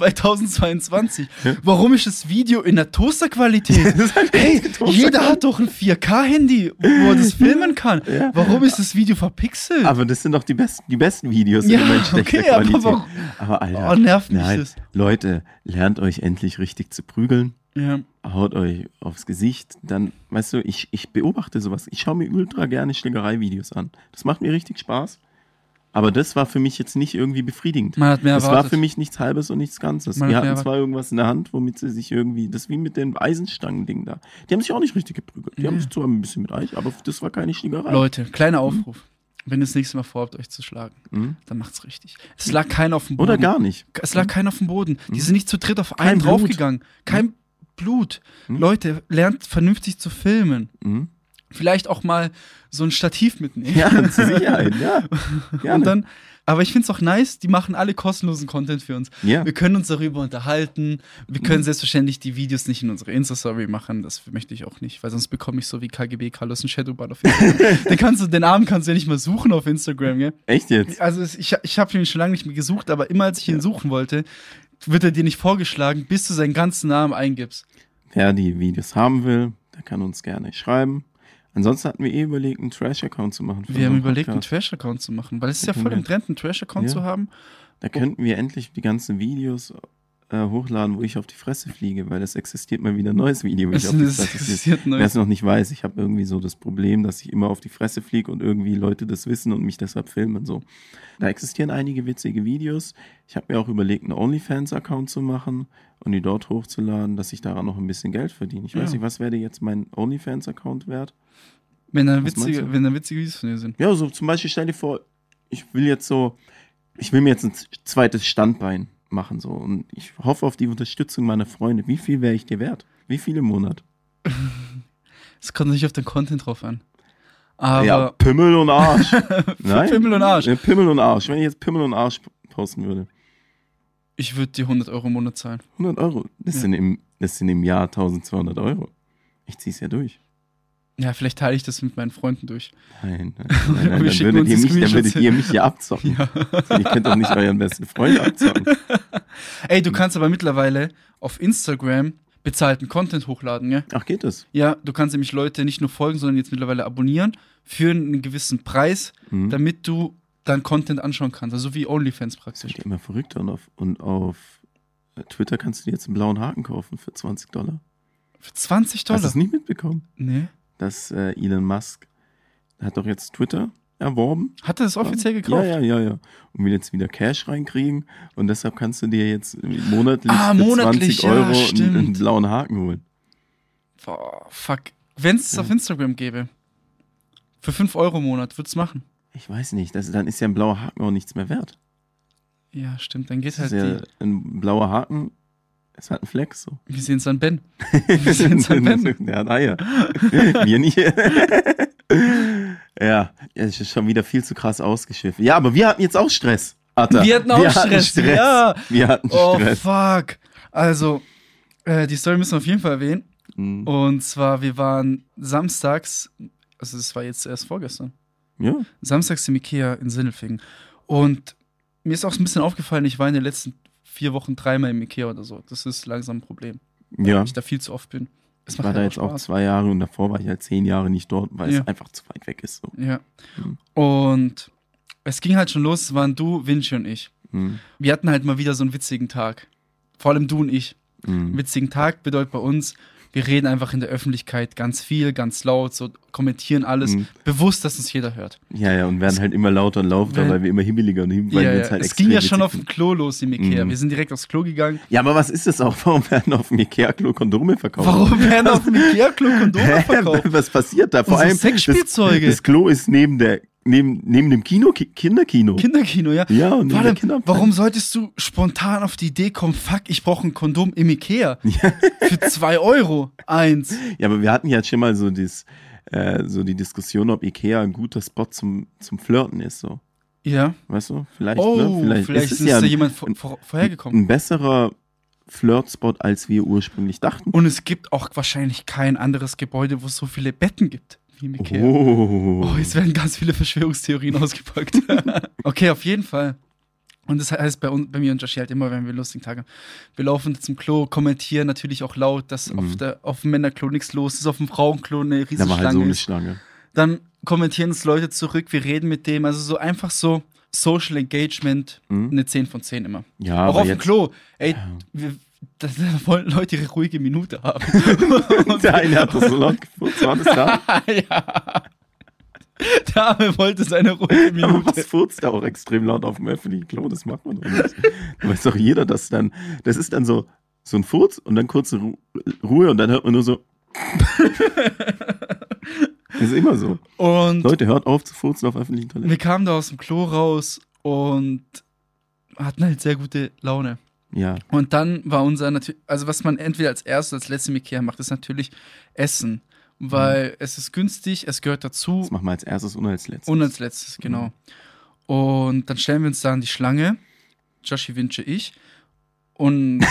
2022. Warum ist das Video in der Toasterqualität? Hey, jeder hat doch ein 4K-Handy, wo er das filmen kann.
Ja.
Warum ist das Video verpixelt?
Aber das sind doch die besten, die besten Videos
Ja,
in immer in schlechter
okay, aber
Qualität.
warum-
aber Alter,
Oh, nervt mich
nein,
das.
Leute, lernt euch endlich richtig zu prügeln.
ja.
Haut euch aufs Gesicht, dann, weißt du, ich, ich beobachte sowas. Ich schaue mir ultra gerne Schlägerei-Videos an. Das macht mir richtig Spaß. Aber das war für mich jetzt nicht irgendwie befriedigend.
Man hat mehr
das war
erwartet.
für mich nichts Halbes und nichts Ganzes.
Man
Die
hat mehr
hatten zwar irgendwas in der Hand, womit sie sich irgendwie, das wie mit dem Eisenstangen-Ding da. Die haben sich auch nicht richtig geprügelt. Die haben
Ja.
sich zwar ein bisschen mit Eich, aber das war keine Schlägerei.
Leute, kleiner
Mhm.
Aufruf. Wenn ihr das nächste Mal vorhabt, euch zu schlagen,
Hm?
dann macht's richtig. Es lag keiner auf dem Boden.
Oder gar nicht.
Es lag keiner auf dem Boden. Die sind nicht zu dritt auf
Kein
einen
Blut. Mhm.
draufgegangen. Kein Blut.
Hm?
Leute, lernt vernünftig zu filmen.
Hm?
Vielleicht auch mal so ein Stativ mitnehmen.
Ja, zur Sicherheit, ja. Gerne.
Und dann, aber ich finde es auch nice, die machen alle kostenlosen Content für uns.
ja. Mhm.
Wir können uns darüber unterhalten. Wir können selbstverständlich die Videos nicht in unsere Insta-Story machen. Das möchte ich auch nicht, weil sonst bekomme ich so wie KGB Carlos einen Shadowbad auf Instagram. den, kannst du, den Abend kannst du ja nicht mal suchen auf Instagram, gell?
Echt jetzt?
Also es- ich, ich habe ihn schon lange nicht mehr gesucht, aber immer als ich ihn
Ja.
suchen wollte, wird er dir nicht vorgeschlagen, bis du seinen ganzen Namen eingibst.
Wer die Videos haben will, der kann uns gerne schreiben. Ansonsten hatten wir eh überlegt, einen Trash-Account zu machen. für
Wir haben
unseren
überlegt, einen
Podcast.
Trash-Account zu machen, weil es ist ja
Gucken
voll im
wir.
Trend, einen Trash-Account
Ja.
zu haben.
Da könnten wir endlich die ganzen Videos äh, hochladen, wo ich auf die Fresse fliege, weil das existiert mal wieder ein neues Video, wo ich
Es,
auf die
es
Fresse fliege.
existiert
Wer
neu.
es noch nicht weiß, ich habe irgendwie so das Problem, dass ich immer auf die Fresse fliege und irgendwie Leute das wissen und mich deshalb filmen. So. Da existieren einige witzige Videos. Ich habe mir auch überlegt, einen OnlyFans-Account zu machen und die dort hochzuladen, dass ich daran noch ein bisschen Geld verdiene. Ich weiß
Ja.
nicht, was wäre jetzt mein OnlyFans-Account wert?
Wenn da
Was meinst
witzige,
du?
wenn da witzige Videos von dir sind.
Ja, so zum Beispiel stell dir vor, ich will jetzt so, ich will mir jetzt ein z- zweites Standbein machen so und ich hoffe auf die Unterstützung meiner Freunde. Wie viel wäre ich dir wert? Wie viel im Monat?
Es kommt nicht auf den Content drauf an. Aber
ja, Pimmel und Arsch.
für Pimmel und Arsch.
Ja, Pimmel und Arsch. Wenn ich jetzt Pimmel und Arsch posten würde.
Ich würde dir 100 Euro im Monat zahlen.
100 Euro. Das,
Ja.
sind im, das sind im Jahr 1200 Euro. Ich zieh's ja durch.
Ja, vielleicht teile ich das mit meinen Freunden durch.
Nein, nein, nein, nein
Wir
dann,
schicken
würdet
uns
ihr
die
mich, dann würdet
Screenshots.
ihr mich hier abzocken.
Ja.
Ihr könnt doch nicht euren besten Freund abzocken.
Ey, du kannst aber mittlerweile auf Instagram bezahlten Content hochladen, ja?
Ach, geht das?
Ja, du kannst nämlich Leute nicht nur folgen, sondern jetzt mittlerweile abonnieren für einen gewissen Preis,
Mhm.
damit du dann Content anschauen kannst. Also wie OnlyFans
Das wird
praktisch.
ja immer verrückter. Und auf, und auf äh, Twitter kannst du dir jetzt einen blauen Haken kaufen für 20 Dollar.
Für 20
Hast du
Dollar?
es nicht mitbekommen?
Nee.
Dass äh, Elon Musk hat doch jetzt Twitter erworben.
Hat er das offiziell gekauft?
Ja, ja, ja, ja. Und will jetzt wieder Cash reinkriegen. Und deshalb kannst du dir jetzt monatlich
Ah,
für
monatlich,
20
ja,
Euro einen,
stimmt.
einen blauen Haken holen.
Boah, fuck. Wenn es
Ja.
auf Instagram gäbe, für 5 Euro im Monat, würdest du machen?
Ich weiß nicht, das, dann ist ja ein blauer Haken auch nichts mehr wert.
Ja, stimmt. Dann geht
Das ist
halt
ja
die.
ein blauer Haken ist halt ein Flex so.
Wir sehen es an Ben. Wir sehen es an Ben.
Der hat Eier. Wir nicht. ja, es ist schon wieder viel zu krass ausgeschifft. Ja, aber wir hatten jetzt auch Stress. Atta.
Wir hatten auch Stress, ja.
Wir hatten
Oh,
Stress.
fuck. Also, äh, die Story müssen wir auf jeden Fall erwähnen.
Mhm.
Und zwar, wir waren samstags, also das war jetzt erst vorgestern,
Ja,
samstags im Ikea in Sindelfingen. Und mir ist auch ein bisschen aufgefallen, ich war in den letzten vier Wochen dreimal im Ikea oder so. Das ist langsam ein Problem,
ja.
weil ich da viel zu oft bin. Es
Ich war da
halt
jetzt auch zwei Jahre und davor war ich halt zehn Jahre nicht dort, weil
Ja.
es einfach zu weit weg ist. So.
Ja.
Mhm.
Und es ging halt schon los, es waren du, Vinci und ich.
Mhm.
Wir hatten halt mal wieder so einen witzigen Tag. Vor allem du und ich.
Mhm.
witzigen Tag bedeutet bei uns, wir reden einfach in der Öffentlichkeit ganz viel, ganz laut, so kommentieren alles,
Mhm.
bewusst, dass uns jeder hört.
Ja, ja, und werden halt immer lauter und lauter,
Wenn-
weil wir immer himmeliger und himmeliger, weil
ja,
wir
ja.
uns halt
es ging
extrem
ja schon
witzig
auf dem Klo los im Ikea.
Mhm.
Wir sind direkt aufs Klo gegangen.
Ja, aber was ist das auch? Warum werden auf dem Ikea-Klo Kondome verkauft?
Warum werden auf dem Ikea-Klo Kondome
Hä?
verkauft?
Was passiert da? Vor
Und so
allem
Also Sexspielzeuge.
Das, das Klo ist neben der neben, neben dem Kino Ki- Kinderkino.
Kinderkino, ja.
ja und neben
Warte,
der Kinderabteilung.
warum solltest du spontan auf die Idee kommen, fuck, ich brauche ein Kondom im Ikea? Für 2 Euro eins.
Ja, aber wir hatten ja schon mal so dies, äh, so die Diskussion, ob Ikea ein guter Spot zum zum Flirten ist. So,
Ja.
weißt du? Vielleicht.
Oh,
ne?
vielleicht,
ist
ist,
es ja
da
ein,
jemand vor, vor, vorhergekommen.
ein besserer Flirtspot, als wir ursprünglich dachten.
Und es gibt auch wahrscheinlich kein anderes Gebäude, wo es so viele Betten gibt wie im Ikea.
Oh.
Oh, jetzt werden ganz viele Verschwörungstheorien ausgepackt. okay, auf jeden Fall. Und das heißt bei, uns, bei mir und Joshi halt immer, wenn wir lustigen Tage haben. Wir laufen zum Klo, kommentieren natürlich auch laut, dass
Mhm.
auf, der, auf dem Männerklo nichts los ist, auf dem Frauenklo eine
da war halt
Riesenschlange
so eine
ist.
Schlange.
Dann kommentieren uns Leute zurück, wir reden mit dem. Also so einfach so Social Engagement,
Mhm.
eine 10 von 10 immer.
Ja,
auch
aber
auf dem
jetzt,
Klo. Ey,
Ja.
wir, das, da wollen Leute ihre ruhige Minute haben.
Der eine hat das so laut gefurzt. War das da?
ja. Der Arme wollte seine ruhige
Aber
Minute.
was furzt da auch extrem laut auf dem öffentlichen Klo? Das macht man doch nicht. Da weiß doch jeder, dass dann, das ist dann so, so ein Furz und dann kurze Ru Ruhe und dann hört man nur so. Das ist immer so.
Und
Leute, hört auf zu furzen auf öffentlichen Toiletten.
wir kamen da aus dem Klo raus und hatten halt sehr gute Laune.
Ja,
Und dann war unser natürlich, also was man entweder als erstes oder als letztes im Ikea macht, ist natürlich Essen. weil
Mhm.
es ist günstig, es gehört dazu
Das machen wir als erstes und als letztes.
und als letztes, genau. Und dann stellen wir uns da in die Schlange, Joshi Winche, ich. Und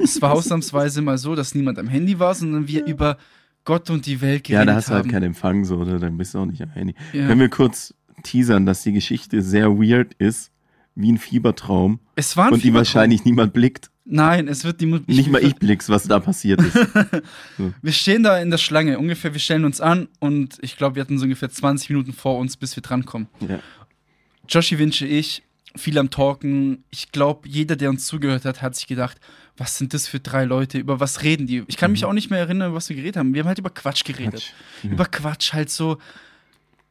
es war ausnahmsweise mal so, dass niemand am Handy war, sondern wir über Gott und die Welt geredet
ja, da hast du
haben.
halt keinen Empfang, so, oder? Dann bist du auch nicht am Handy.
Ja.
Können wir kurz teasern, dass die Geschichte sehr weird ist, wie ein Fiebertraum
es waren
und die
viele
wahrscheinlich niemand blickt.
kommen. Nein, es wird niemand.
Nicht mal ich blick's, was da passiert ist.
Wir stehen da in der Schlange, ungefähr, wir stellen uns an und ich glaube, wir hatten so ungefähr 20 Minuten vor uns, bis wir drankommen.
ja.
Joshi wünsche ich, viel am Talken. Ich glaube, jeder, der uns zugehört hat, hat sich gedacht, was sind das für drei Leute, über was reden die? Ich kann mich auch nicht mehr erinnern, was wir geredet haben. Wir haben halt über Quatsch geredet.
Quatsch, ja.
Über Quatsch, halt so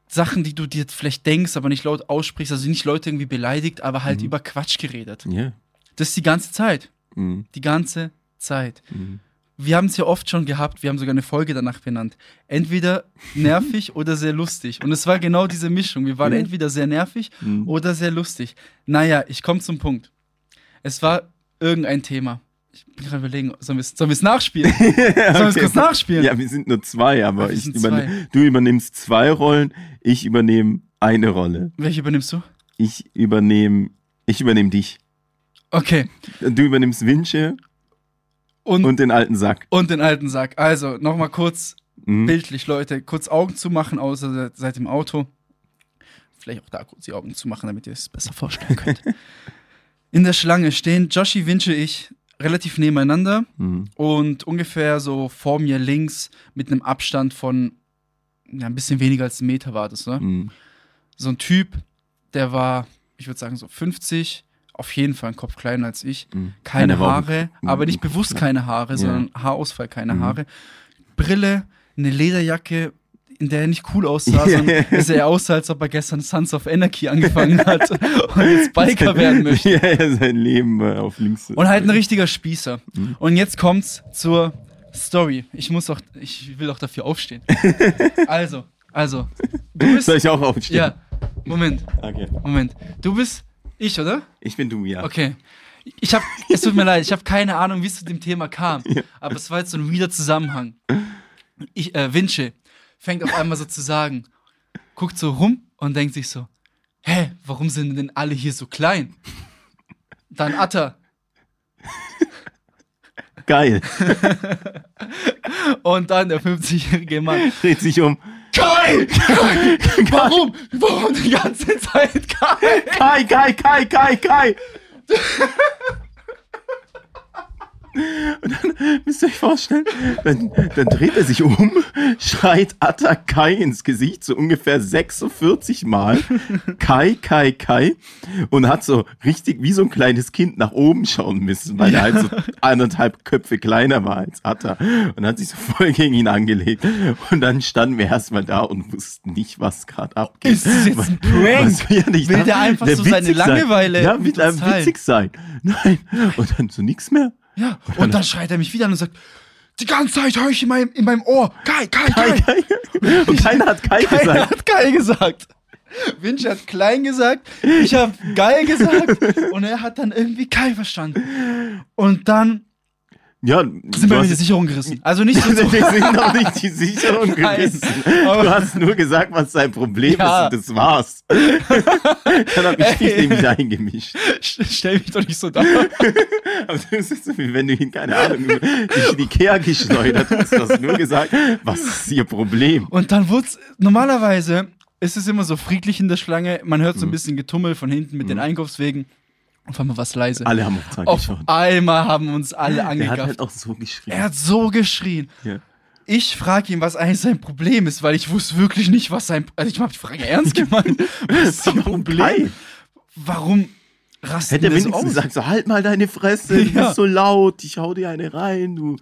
Sachen, die du dir vielleicht denkst, aber nicht laut aussprichst, also nicht Leute irgendwie beleidigt, aber halt über Quatsch geredet.
Ja.
Das die ganze Zeit.
Mhm.
Die ganze Zeit.
Mhm.
Wir haben es ja oft schon gehabt, wir haben sogar eine Folge danach benannt. Entweder nervig oder sehr lustig. Und es war genau diese Mischung. Wir waren
Ja.
entweder sehr nervig
Mhm.
oder sehr lustig. Naja, ich komme zum Punkt. Es war irgendein Thema. Ich bin gerade überlegen, sollen wir es sollen wir's nachspielen? Sollen wir es
okay.
kurz nachspielen?
Ja, wir sind nur zwei, aber
Wir
ich
sind
überne du übernimmst zwei Rollen, ich übernehme eine Rolle.
Welche übernimmst du?
Ich übernehme, ich übernehme dich.
Okay.
Du übernimmst Winsche
Und, und,
und den alten Sack.
den alten Sack. Also, nochmal kurz
Mhm.
bildlich, Leute. Kurz Augen zumachen, außer se- seit dem Auto. Vielleicht auch da kurz die Augen zumachen, damit ihr es besser vorstellen könnt. In der Schlange stehen Joshi, Winche, ich relativ nebeneinander.
Mhm.
und ungefähr so vor mir links mit einem Abstand von ja, ein bisschen weniger als einen Meter war das, ne?
Mhm.
So ein Typ, der war, ich würde sagen, so 50, auf jeden Fall ein Kopf kleiner als ich.
Mhm.
Keine,
Rauchen.
Haare, aber nicht
Mhm.
bewusst keine Haare,
Ja.
sondern Haarausfall, keine
Mhm.
Haare. Brille, eine Lederjacke, in der er nicht cool aussah, sondern dass er aussah, als ob er gestern Sons of Anarchy angefangen hat und jetzt Biker werden möchte.
ja, ja, sein Leben äh, auf links.
Und halt ein richtiger Spießer.
Mhm.
Und jetzt kommt's zur Story. Ich muss auch, ich will auch dafür aufstehen. also, also, du bist,
Soll ich auch aufstehen?
ja, Moment,
Okay.
Moment. Du bist ich, oder?
Ich bin du, ja.
Okay. Ich hab, es tut mir leid, ich habe keine Ahnung, wie es zu dem Thema kam. Aber es war jetzt so ein wieder Zusammenhang. Ich, äh, Vinci fängt auf einmal so zu sagen, guckt so rum und denkt sich so, hä, warum sind denn alle hier so klein? Dann Atta,
Geil.
Und dann der 50-jährige Mann.
Dreht sich um.
Kai! Kai! Warum? Warum die ganze Zeit Kai?
Kai, Kai, Kai, Kai, Kai. Und dann müsst ihr euch vorstellen, dann, dann dreht er sich um, schreit Atta Kai ins Gesicht, so ungefähr 46 Mal. Kai, Kai, Kai. Und hat so richtig wie so ein kleines Kind nach oben schauen müssen, weil er halt so anderthalb Köpfe kleiner war als Atta. Und hat sich so voll gegen ihn angelegt. Und dann standen wir erstmal da und wussten nicht, was gerade abgeht.
Ist das jetzt ein
Was
Prank?
wir nicht
Will
dachten.
der einfach so seine
witzig
Langeweile
Sein. Ja,
mit
will einem
uns teilen?
witzig sein. Nein. Und dann so nichts mehr.
Ja, und dann schreit er mich wieder an und sagt, die ganze Zeit höre ich in meinem, in meinem Ohr, Kai, Kai,
Kai,
Kai.
Kai. Und keiner hat Kai
Keiner
gesagt.
hat Kai gesagt. Vinci hat klein gesagt, ich habe geil gesagt und er hat dann irgendwie Kai verstanden. Und dann
Ja,
sind
du
wir
hast-
mit der Sicherung gerissen. Also nicht so,
Wir
so
sind noch nicht die Sicherung
Nein.
gerissen.
Aber-
Du hast nur gesagt, was dein Problem
Ja.
ist und das war's. Dann hab ich dich
Ey.
nämlich eingemischt.
stell mich doch nicht so da.
Aber das ist so, wie wenn du ihn, keine Ahnung, durch in Ikea geschleudert hast. Du hast nur gesagt, was ist ihr Problem?
Und dann wurde normalerweise ist es immer so friedlich in der Schlange. Man hört
Mhm.
so ein bisschen Getummel von hinten mit den Einkaufswegen. Auf einmal was leise.
Alle haben auf Tag
Auf
geschaut.
einmal haben uns alle
Der hat
angegafft.
halt auch so geschrien.
er hat so geschrien.
Ja.
Ich frage ihn, was eigentlich sein Problem ist, weil ich wusste wirklich nicht, was sein. Also ich habe die Frage ernst gemeint. Was ist sein
Warum
Problem?
Kai?
Wawarum rasten
Hätte er
wir so
wenigstens
aus?
gesagt, so halt mal deine Fresse, du
Ja.
bist so laut, ich hau dir eine rein, du,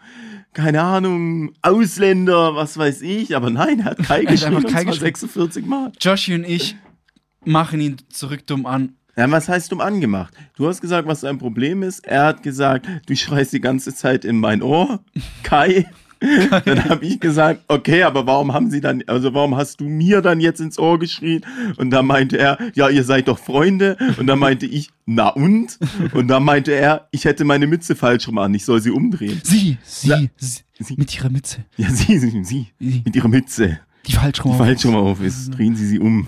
keine Ahnung, Ausländer, was weiß ich, aber nein, er hat Kai
hat
geschrieben,
einfach
und
Kai
zwar
geschrien.
46 Mal.
Joshi und ich machen ihn zurück dumm an.
Ja, was heißt dumm angemacht? Du hast gesagt, was dein Problem ist, er hat gesagt, du schreist die ganze Zeit in mein Ohr, Kai, Dann habe ich gesagt, okay, aber warum haben sie dann, also warum hast du mir dann jetzt ins Ohr geschrien? Und dann meinte er, ja, ihr seid doch Freunde. Und dann meinte ich, na und? Und dann meinte er, ich hätte meine Mütze falsch rum an, ich soll sie umdrehen.
Sie, sie,
Na,
sie,
sie-
mit ihrer Mütze.
Ja, sie, sie, sie,
Sie,
mit ihrer Mütze,
die falsch
die
rum.
falsch rum auf ist, drehen sie sie um.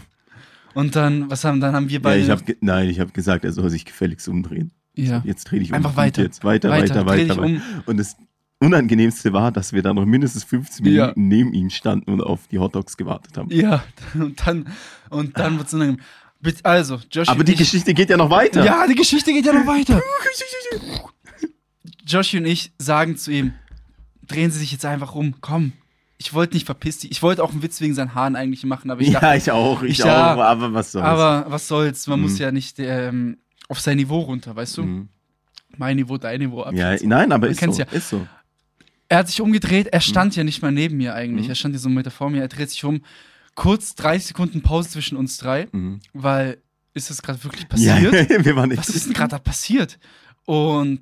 Und dann, was haben, dann haben wir
Ja,
beide.
ich hab, ge- nein, ich habe gesagt, er soll sich gefälligst umdrehen.
ja.
Jetzt dreh dich um.
Einfach
Und
weiter.
Jetzt weiter, weiter,
dreh
weiter.
dich
weiter.
um.
Und das Unangenehmste war, dass wir da noch mindestens 15 Minuten
Ja.
neben ihm standen und auf die Hotdogs gewartet haben.
Ja, und dann, und dann wird es unangenehm. Bitte- Also, Joshi
Aber
und
die
ich,
Geschichte geht ja noch weiter.
Ja, die Geschichte geht ja noch weiter. Joshi und ich sagen zu ihm, drehen Sie sich jetzt einfach um, komm. Ich wollte nicht verpiss dich. Ich wollte auch einen Witz wegen seinen Haaren eigentlich machen, aber ich dachte,
ja, ich auch, ich
Ich-
auch.
ja.
aber was soll's.
aber was soll's, man
Mhm.
muss ja nicht ähm, auf sein Niveau runter, weißt du?
Mhm.
Mein Niveau, dein Niveau ab.
ja, nein, aber
Du
ist so,
kennst ja.
ist so.
Er hat sich umgedreht, er stand ja nicht mal neben mir eigentlich.
Mhm.
Er stand ja so einen Meter vor mir, er dreht sich um. Kurz drei Sekunden Pause zwischen uns drei,
Mhm.
weil ist das gerade wirklich
Ja,
passiert?
wir waren
was
nicht.
ist denn gerade da passiert? Und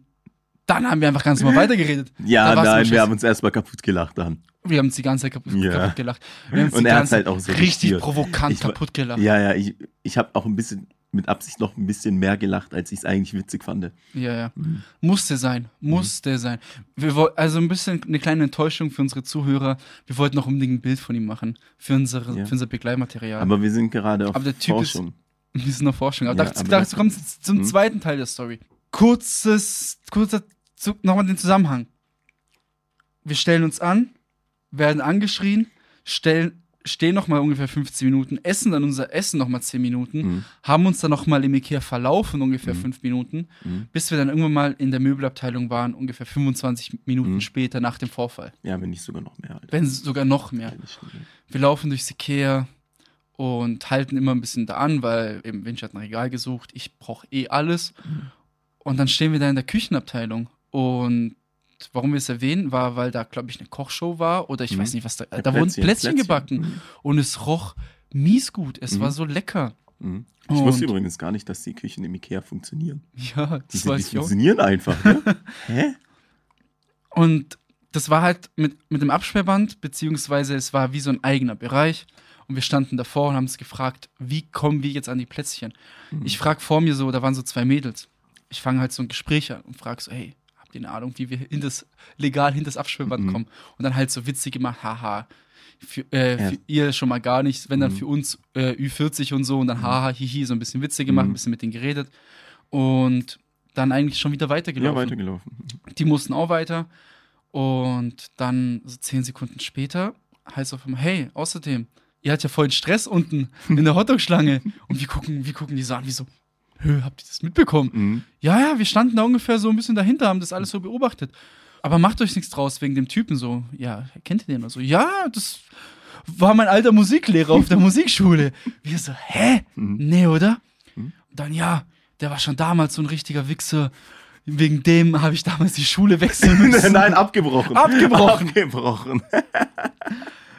dann haben wir einfach ganz normal weitergeredet.
Ja,
Da war's
nein,
nur
wir
Schiss.
haben uns erstmal kaputt gelacht dann.
Wir haben uns die ganze Zeit kaputt,
Ja.
kaputt gelacht. Wir haben uns
Und
die
er hat's
ganze
halt auch so
richtig
gespürt.
provokant
Ich wa-
kaputt gelacht.
Ja, ja, ich, ich habe auch ein bisschen mit Absicht noch ein bisschen mehr gelacht, als ich es eigentlich witzig fand.
Ja, ja.
Mhm.
Musste sein, musste sein. Wir woll- also ein bisschen eine kleine Enttäuschung für unsere Zuhörer. Wir wollten noch unbedingt ein Bild von ihm machen für, unsere,
Ja.
für unser Begleitmaterial.
Aber wir sind gerade auf
Aber der Typ ist-
Forschung.
Wir sind noch Forschung. Aber
Ja,
dazu,
aber
dazu
das-
kommt es zum
Mhm.
zweiten Teil der Story. Kurzes, kurzer, zu- nochmal den Zusammenhang. Wir stellen uns an, werden angeschrien, stellen, stehen nochmal ungefähr 15 Minuten, essen dann unser Essen nochmal 10 Minuten,
Mhm.
haben uns dann nochmal im Ikea verlaufen, ungefähr
Mhm.
5 Minuten,
Mhm.
bis wir dann irgendwann mal in der Möbelabteilung waren, ungefähr 25 Minuten
Mhm.
später nach dem Vorfall.
Ja, wenn nicht sogar noch mehr. Alter.
Wenn sogar noch mehr.
Keine Stunde.
Wir laufen durchs Ikea und halten immer ein bisschen da an, weil eben Winch hat ein Regal gesucht. Ich brauche eh alles.
Mhm.
Und dann stehen wir da in der Küchenabteilung. Und warum wir es erwähnen, war, weil da, glaube ich, eine Kochshow war oder ich
Mhm.
weiß nicht, was da.
Ja,
Äh, Da wurden Plätzchen, gebacken und es roch mies gut. Es
Mhm.
war so lecker.
Mhm. Ich
Und-
wusste übrigens gar nicht, dass die Küchen im Ikea funktionieren.
Ja,
Die,
das
sind, die
weiß ich auch.
funktionieren einfach. Ne? Hä?
Und das war halt mit, mit dem Absperrband, beziehungsweise es war wie so ein eigener Bereich. Und wir standen davor und haben uns gefragt, wie kommen wir jetzt an die Plätzchen?
Mhm.
Ich frage vor mir so, da waren so zwei Mädels. Ich fange halt so ein Gespräch an und frage so, hey, habt ihr eine Ahnung, wie wir in das, legal hinter das Absperrband
Mhm.
kommen? Und dann halt so witzig gemacht, haha. Für, äh,
Ja.
für ihr schon mal gar nicht, wenn dann
Mhm.
für uns äh, Ü40 und so und dann haha, hihi, so ein bisschen witzig gemacht,
Mhm.
ein bisschen mit denen geredet und dann eigentlich schon wieder
Ja,
weitergelaufen.
weitergelaufen.
Die mussten auch weiter. Und dann so zehn Sekunden später heißt auf einmal, hey, außerdem, ihr hattet ja vorhin Stress unten in der Hotdog-Schlange. Und wir gucken, wir gucken die so an, wie so, hö, habt ihr das mitbekommen?
Mhm.
Ja, ja, wir standen da ungefähr so ein bisschen dahinter, haben das alles so beobachtet. Aber macht euch nichts draus wegen dem Typen so. Ja, kennt ihr den oder so? Ja, das war mein alter Musiklehrer auf der Musikschule. Wir so, hä?
Mhm.
Nee, oder?
Mhm.
Dann ja, der war schon damals so ein richtiger Wichser. Wegen dem habe ich damals die Schule wechseln müssen.
Nein, abgebrochen.
Mhm. Abgebrochen.
Abgebrochen.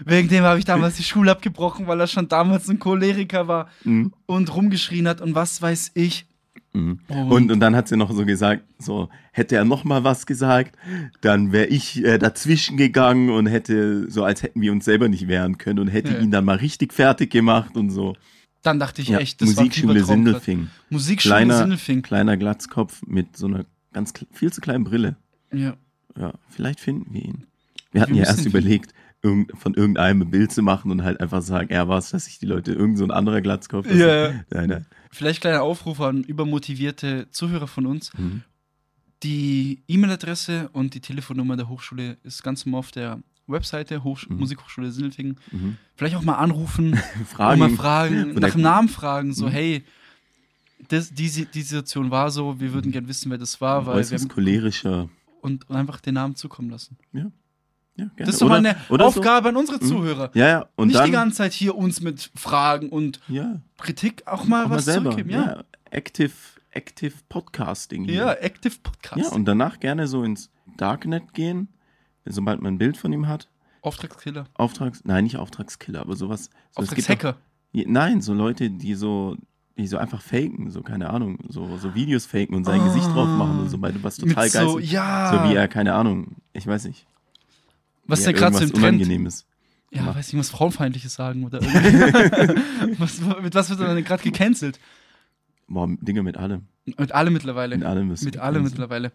Wegen dem habe ich damals die Schule abgebrochen, weil er schon damals ein Choleriker war
Mhm.
und rumgeschrien hat und was weiß ich.
Mhm.
Und-
Und, und dann hat sie noch so gesagt, so, hätte er noch mal was gesagt, dann wäre ich äh, dazwischen gegangen und hätte, so als hätten wir uns selber nicht wehren können und hätte
Ja.
ihn dann mal richtig fertig gemacht und so.
Dann dachte ich
Ja,
echt, das war
Musikschule
ein Fiebertraum.
Sindelfing.
Musikschule
Kleiner-
Sindelfing.
Kleiner Glatzkopf mit so einer ganz kle- viel zu kleinen Brille.
Ja.
Ja, vielleicht finden wir ihn. Wir hatten
Wir
ja erst
müssen ihn
überlegt, irgend, von irgendeinem ein Bild zu machen und halt einfach sagen, er war es, dass sich die Leute, irgend so ein anderer Glatzkopf. das-
Ja.
Nein, nein.
Vielleicht kleiner Aufruf an übermotivierte Zuhörer von uns.
Mhm.
Die E-Mail-Adresse und die Telefonnummer der Hochschule ist ganz normal auf der Webseite, Hochsch
Mhm.
Musikhochschule Sindelfingen.
Mhm.
Vielleicht auch mal anrufen,
Fragen.
mal fragen,
Oder-
nach dem Namen fragen, so,
Mhm.
hey, das, diese, die Situation war so, wir
Mhm.
würden gern wissen, wer das war, weil wir
äußerst
haben,
cholerischer.
und einfach den Namen zukommen lassen.
Ja, gerne.
Das ist doch mal eine
so.
Aufgabe an unsere
Mhm.
Zuhörer.
Ja, ja. Und
Nicht
dann,
die ganze Zeit hier uns mit Fragen und
ja,
Kritik auch mal
auch mal
was
selber.
zurückgeben.
ja.
Ja,
active, active Podcasting.
ja.
Hier.
Active Podcast.
ja, und danach gerne so ins Darknet gehen, sobald man ein Bild von ihm hat.
Auftragskiller.
Auftrags, nein, nicht Auftragskiller, aber sowas. So, es gibt doch-
Auftragshacker.
Je- Nein, so Leute, die so, die so einfach faken, so keine Ahnung, so, so Videos faken und sein
Ah.
Gesicht drauf machen und so, weil du was
Mit
total geil
so,
ist.
ja.
So wie er, keine Ahnung, ich weiß nicht.
Was ist
ja,
denn gerade so im
irgendwas
Trend?
Unangenehmes.
Ja,
Mach.
weiß ich, muss Frauenfeindliches sagen oder irgendwie. was, mit was wird denn gerade gecancelt?
Boah, Dinge mit allem.
Mit allem mittlerweile.
Mit allem ist
Mit allem mittlerweile.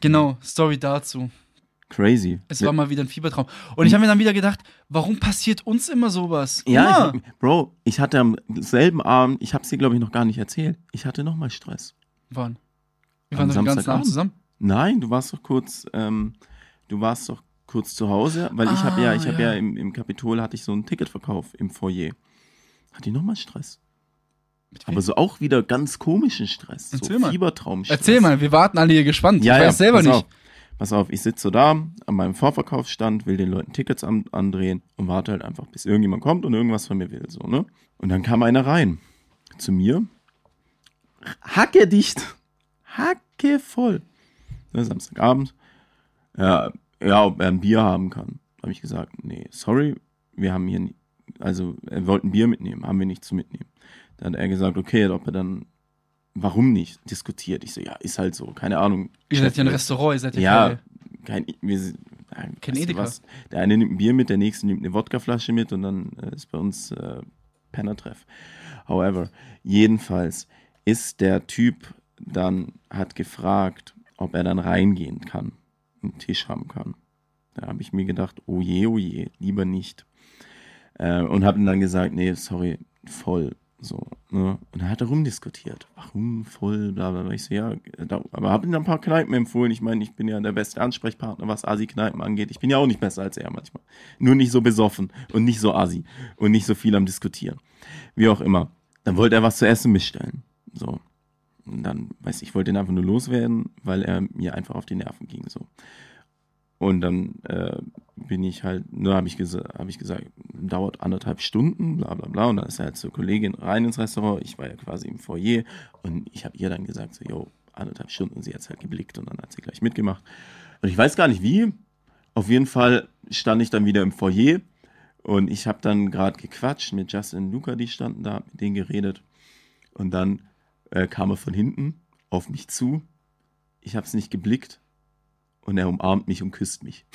Genau, Story dazu.
Crazy.
Es war mal wieder ein Fiebertraum. Und ich habe mir dann wieder gedacht, warum passiert uns immer sowas?
ja,
Immer.
ich, Bro, ich hatte am selben Abend, ich hab's dir, glaube ich, noch gar nicht erzählt. Ich hatte nochmal Stress.
Wann? Wir
Am
waren doch den ganzen Abend
Samstagabend.
zusammen.
Nein, du warst doch kurz, ähm, du warst doch kurz zu Hause, weil ich habe
Ah,
ja, ich habe ja,
ja.
im, im Kapitol hatte ich so einen Ticketverkauf im Foyer. Hatte ich nochmal Stress.
Mit wem?
Aber so auch wieder ganz komischen Stress. So
Erzähl mal.
Fiebertraumstress.
Erzähl mal, wir warten alle hier gespannt.
Ja,
ich
ja,
weiß selber
pass
nicht.
Auf. Pass auf, ich sitze so da an meinem Vorverkaufsstand, will den Leuten Tickets an, andrehen und warte halt einfach, bis irgendjemand kommt und irgendwas von mir will. So, ne? Und dann kam einer rein zu mir. Hacke dicht. Hacke voll. Ne, Samstagabend. Ja, ja, ob er ein Bier haben kann. Habe ich gesagt, nee, sorry, wir haben hier, nie- also er wollte ein Bier mitnehmen, haben wir nichts zu mitnehmen. Dann hat er gesagt, okay, ob er dann, warum nicht, diskutiert. Ich so, ja, ist halt so, keine Ahnung.
Ihr seid ja ein
Chef-
Restaurant, ihr seid ja,
Äh, ja,
voll-
kein, wir, sind- nein,
Kein
weißt du
Edeka.
was? Der eine nimmt ein Bier mit, der nächste nimmt eine Wodkaflasche mit und dann äh, ist bei uns äh, Pennertreff. However, jedenfalls ist der Typ dann, hat gefragt, ob er dann reingehen kann, einen Tisch haben kann. Da habe ich mir gedacht, oh je, oh je, lieber nicht. Äh, und habe ihm dann gesagt, nee, sorry, voll. So, ne? Und dann hat er rumdiskutiert. Warum voll, bla bla bla. Ich so, ja, äh, da, aber habe ihm dann ein paar Kneipen empfohlen. Ich meine, ich bin ja der beste Ansprechpartner, was Asi-Kneipen angeht. Ich bin ja auch nicht besser als er manchmal. Nur nicht so besoffen und nicht so Asi und nicht so viel am Diskutieren. Wie auch immer. Dann wollte er was zu essen bestellen. So. Und dann, weiß ich, wollte ihn einfach nur loswerden, weil er mir einfach auf die Nerven ging. So. Und dann äh, bin ich halt, ne, habe ich, gesa hab ich gesagt, dauert anderthalb Stunden, bla bla bla. Und dann ist halt zur Kollegin rein ins Restaurant. Ich war ja quasi im Foyer und ich habe ihr dann gesagt, so, yo, anderthalb Stunden. Und sie hat's halt geblickt und dann hat sie gleich mitgemacht. Und ich weiß gar nicht wie. Auf jeden Fall stand ich dann wieder im Foyer und ich habe dann gerade gequatscht mit Justin und Luca, die standen da, hab mit denen geredet. Und dann äh, kam er von hinten auf mich zu. Ich habe es nicht geblickt und er umarmt mich und küsst mich.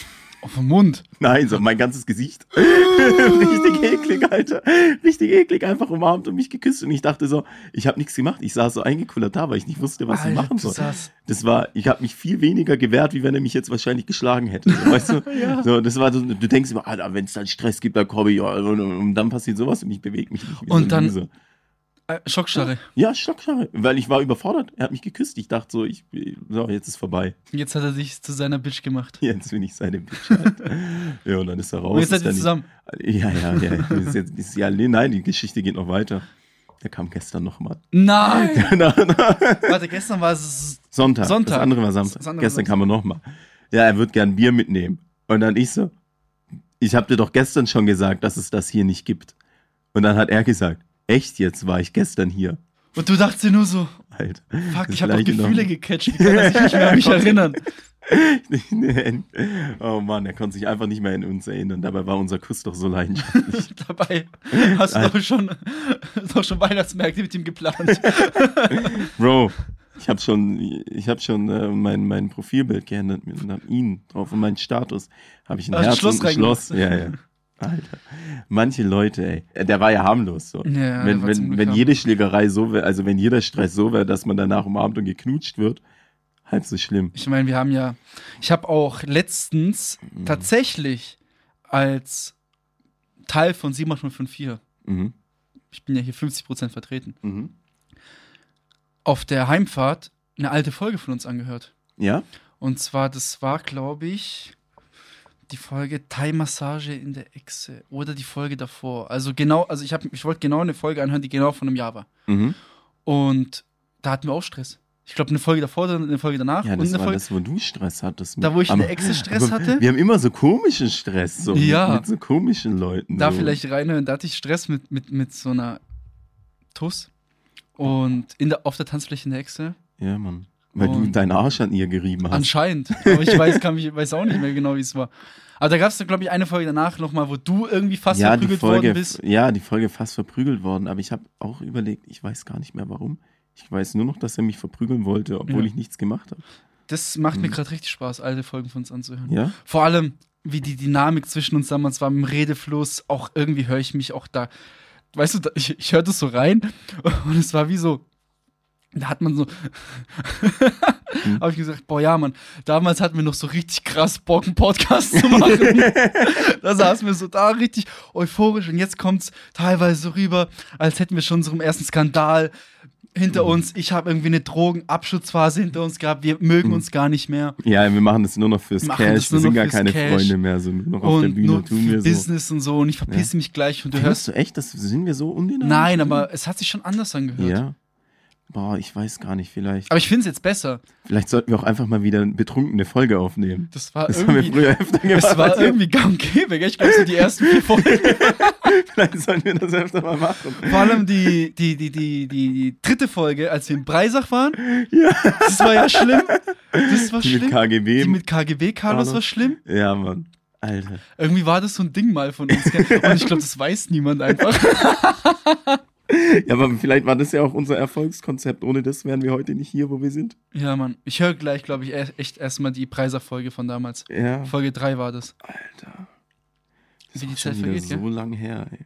auf dem Mund.
Nein, so mein ganzes Gesicht. Richtig eklig, Alter. Richtig eklig, einfach umarmt und mich geküsst. Und ich dachte so, ich habe nichts gemacht. Ich saß so eingekullert da, weil ich nicht wusste, was ich
Alter,
machen
du
soll.
saßt-
Das war, ich habe mich viel weniger gewehrt, wie wenn er mich jetzt wahrscheinlich geschlagen hätte. So, weißt du?
Ja.
so, das war so, du denkst immer, Alter, wenn es dann Stress gibt, dann komme ich. Ja, und, und, und dann passiert sowas und ich bewege mich nicht. wie so
Und
ein
dann-
Loser.
Äh, Schockstarre.
Ja, Schockstarre. Weil ich war überfordert. Er hat mich geküsst. Ich dachte so, ich, so jetzt ist vorbei.
Jetzt hat er dich zu seiner Bitch gemacht.
Jetzt bin ich seine Bitch. Alter. ja, und dann ist er raus.
Und jetzt
ist
seid
er
ihr
nicht-
zusammen.
Ja, ja, ja. Das ist jetzt, das ist ja. Nein, die Geschichte geht noch weiter. Der kam gestern nochmal.
Nein! Warte, gestern war es.
Sonntag.
Sonntag.
Das andere war Samstag.
Das andere war
gestern
Samstag.
kam er nochmal. Ja, er wird gern Bier mitnehmen. Und dann ich so, ich habe dir doch gestern schon gesagt, dass es das hier nicht gibt. Und dann hat er gesagt, echt jetzt war ich gestern hier. Halt.
Und du dachtest dir nur so,
Alter.
fuck,
Das
ich habe doch
gleiche
Gefühle
noch.
gecatcht. Wie kann er sich nicht mehr an mich erinnern?
oh Mann, er konnte sich einfach nicht mehr an uns erinnern. Dabei war unser Kuss doch so leidenschaftlich.
Dabei hast du doch schon, doch schon Weihnachtsmärkte mit ihm geplant.
Bro, ich habe schon, ich hab schon äh, mein, mein Profilbild geändert mit und hab ihn drauf und meinen Status habe ich ein
Ah, ein
Herz
Schloss
und ein Schloss. Ja,
reingemacht.
ja. Alter, manche Leute, ey, Äh, der war ja harmlos so.
Ja, der
wenn
war zum Glück
wenn, wenn
harmlos.
jede Schlägerei so wäre, also wenn jeder Stress so wäre, dass man danach umarmt und geknutscht wird, halb so schlimm.
Ich meine, wir haben ja. Ich habe auch letztens
Mhm.
tatsächlich als Teil von 7854,
Mhm.
ich bin ja hier 50% vertreten,
Mhm.
auf der Heimfahrt eine alte Folge von uns angehört.
Ja?
Und zwar, das war, glaube ich, die Folge Thai-Massage in der Echse oder die Folge davor. Also genau, also ich, hab- ich wollte genau eine Folge anhören, die genau von einem Jahr war.
Mhm.
Und da hatten wir auch Stress. Ich glaube, eine Folge davor, dann eine Folge danach
Ja,
und
das
eine
war
Folge,
das, wo du Stress hattest. mit-
da wo ich in
aber-
der Echse Stress
aber
hatte.
Wir haben immer so komischen Stress, so mit-
Ja.
mit so komischen Leuten.
Da
so.
vielleicht reinhören, da hatte ich Stress mit, mit, mit so einer Tuss. Und in der, auf der Tanzfläche in der Echse.
Ja, Mann. Weil du
Und-
deinen Arsch an ihr gerieben hast.
Anscheinend. Aber ich weiß, kann mich, weiß auch nicht mehr genau, wie es war. Aber da gab es, glaube ich, eine Folge danach nochmal, wo du irgendwie fast
ja, die
verprügelt
Folge,
worden bist.
Ja, die Folge fast verprügelt worden. Aber ich habe auch überlegt, ich weiß gar nicht mehr warum. Ich weiß nur noch, dass er mich verprügeln wollte, obwohl
Ja.
ich nichts gemacht habe.
Das macht mir
Mhm.
gerade richtig Spaß, alte Folgen von uns anzuhören.
Ja?
Vor allem, wie die Dynamik zwischen uns damals war im Redefluss. Auch irgendwie höre ich mich auch da. Weißt du, da, ich, ich hörte so rein und es war wie so. Da hat man so. Habe ich gesagt, boah, ja, Mann, damals hatten wir noch so richtig krass Bock, einen Podcast zu machen. da saßen wir so da richtig euphorisch und jetzt kommt's teilweise so rüber, als hätten wir schon unseren ersten Skandal hinter uns. Ich habe irgendwie eine Drogenabschutzphase hinter uns gehabt. Wir mögen uns gar nicht mehr.
Ja, wir machen das nur noch fürs
Machen das
Cash. Wir
nur
sind
noch
gar
fürs
keine
Cash.
Freunde mehr. So nur noch auf der
und
Bühne
nur
tun wir
für
so.
Business und so und ich verpisse mich gleich und du hörst.
Hörst du echt, das sind wir so undynamisch?
Nein, aber es hat sich schon anders angehört.
Ja. Boah, ich weiß gar nicht, vielleicht.
Aber ich finde es jetzt besser.
Vielleicht sollten wir auch einfach mal wieder eine betrunkene Folge aufnehmen.
Das war
Das haben wir
irgendwie.
früher öfter gemacht.
Es war irgendwie gang und gäbe, gell? Ich glaube, so die ersten vier Folgen.
Vielleicht sollten wir das öfter mal machen.
Vor allem die, die, die, die, die dritte Folge, als wir in Breisach waren.
Ja.
Das war ja schlimm. Das war
Die mit
schlimm.
KGB.
die mit KGB, Carlos,
Carlos.
war schlimm.
ja, Mann. Alter.
Irgendwie war das so ein Ding mal von uns. gell? Und ich glaube, das weiß niemand einfach.
Ja, aber vielleicht war das ja auch unser Erfolgskonzept. Ohne das wären wir heute nicht hier, wo wir sind.
Ja, Mann. Ich höre gleich, glaube ich, e- echt erstmal die Preiserfolge von damals.
Ja.
Folge 3 war das.
Alter.
Wie die
auch schon
Zeit
wieder
vergeht,
so lang her, ey.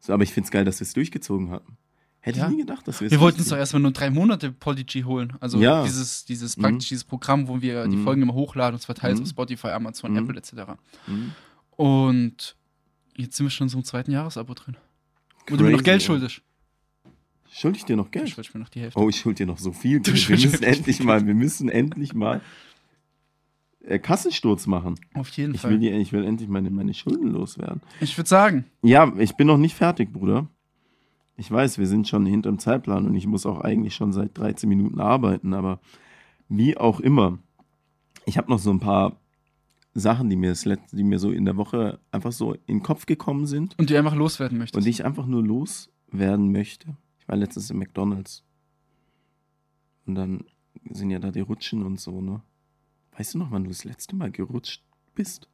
So, aber ich find's geil, dass wir es durchgezogen hatten. Hätte
Ja.
ich nie gedacht, dass wir es
Wir wollten uns doch erstmal nur drei Monate Podigy holen. Also
Ja.
dieses, dieses
Mhm.
praktisch dieses Programm, wo wir die
Mhm.
Folgen immer hochladen und es verteilt
Mhm.
auf Spotify, Amazon,
Mhm.
Apple etc.
Mhm.
Und jetzt sind wir schon in so einem zweiten Jahresabo drin. Und du mir noch
Crazy,
Geld
ey.
schuldig.
Schuld ich dir noch
Ich
Geld?
schuldig mir noch die Hälfte.
Oh, ich schuld dir noch so viel.
Du
Geld. Wir
schuldest
müssen
mir
endlich mal, wir müssen endlich mal äh, Kassensturz machen.
Auf jeden
Ich
Fall.
will, die, ich will endlich meine, meine Schulden loswerden.
ich würde sagen,
Ja, ich bin noch nicht fertig, Bruder. Ich weiß, wir sind schon hinterm Zeitplan und ich muss auch eigentlich schon seit 13 Minuten arbeiten, aber wie auch immer. Ich habe noch so ein paar Sachen, die mir, das letzte, die mir so in der Woche einfach so in den Kopf gekommen sind
und du einfach loswerden möchtest.
und die ich einfach nur loswerden möchte. Ich war letztens im McDonalds. Und dann sind ja da die Rutschen und so, ne? Weißt du noch, wann du das letzte Mal gerutscht bist?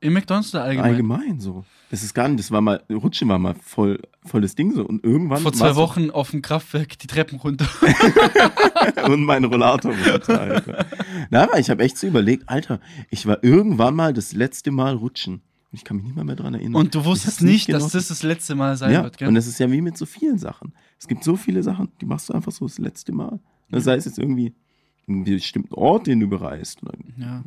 Im McDonalds oder allgemein?
Allgemein so. Das ist gar nicht, das war mal, Rutschen war mal voll, voll das Ding so. Und irgendwann.
Vor zwei
war's-
Wochen auf dem Kraftwerk die Treppen runter.
und mein Rollator runter, Alter. Na, aber ich habe echt so überlegt, Alter, ich war irgendwann mal das letzte Mal rutschen. Und ich kann mich nicht mal mehr dran erinnern.
Und du
Genau. Ich
wusstest
hab's
nicht, dass
genossen.
das das letzte Mal sein
ja,
wird, gell?
Und das ist ja wie mit so vielen Sachen. Es gibt so viele Sachen, die machst du einfach so das letzte Mal. Ne, Sei es jetzt irgendwie einen bestimmten Ort, den du bereist. Und dann
ja.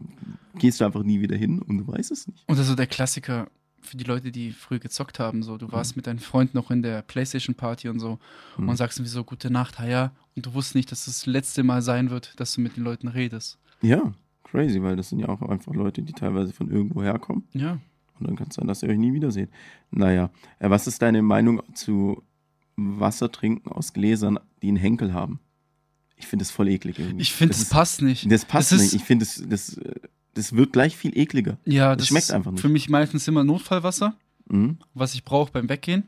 gehst du einfach nie wieder hin und du weißt es nicht.
Und also der Klassiker für die Leute, die früh gezockt haben, so du warst mit deinen Freunden noch in der Playstation Party und so
Mhm.
und sagst irgendwie so gute Nacht, ha ja, und du wusstest nicht, dass das letzte Mal sein wird, dass du mit den Leuten redest.
Ja, crazy, weil das sind ja auch einfach Leute, die teilweise von irgendwo herkommen.
Ja.
Und dann kann es sein, dass ihr euch nie wiederseht. Naja, äh, was ist deine Meinung zu Wasser trinken aus Gläsern, die einen Henkel haben? Ich finde das voll eklig irgendwie.
Ich finde, es
ist-
passt nicht.
Das passt
das ist-
nicht. Ich finde, das, das, äh, das wird gleich viel ekliger.
ja,
das
das
schmeckt
ist
einfach nicht.
Für mich meistens immer Notfallwasser,
Mhm.
was ich brauche beim Weggehen.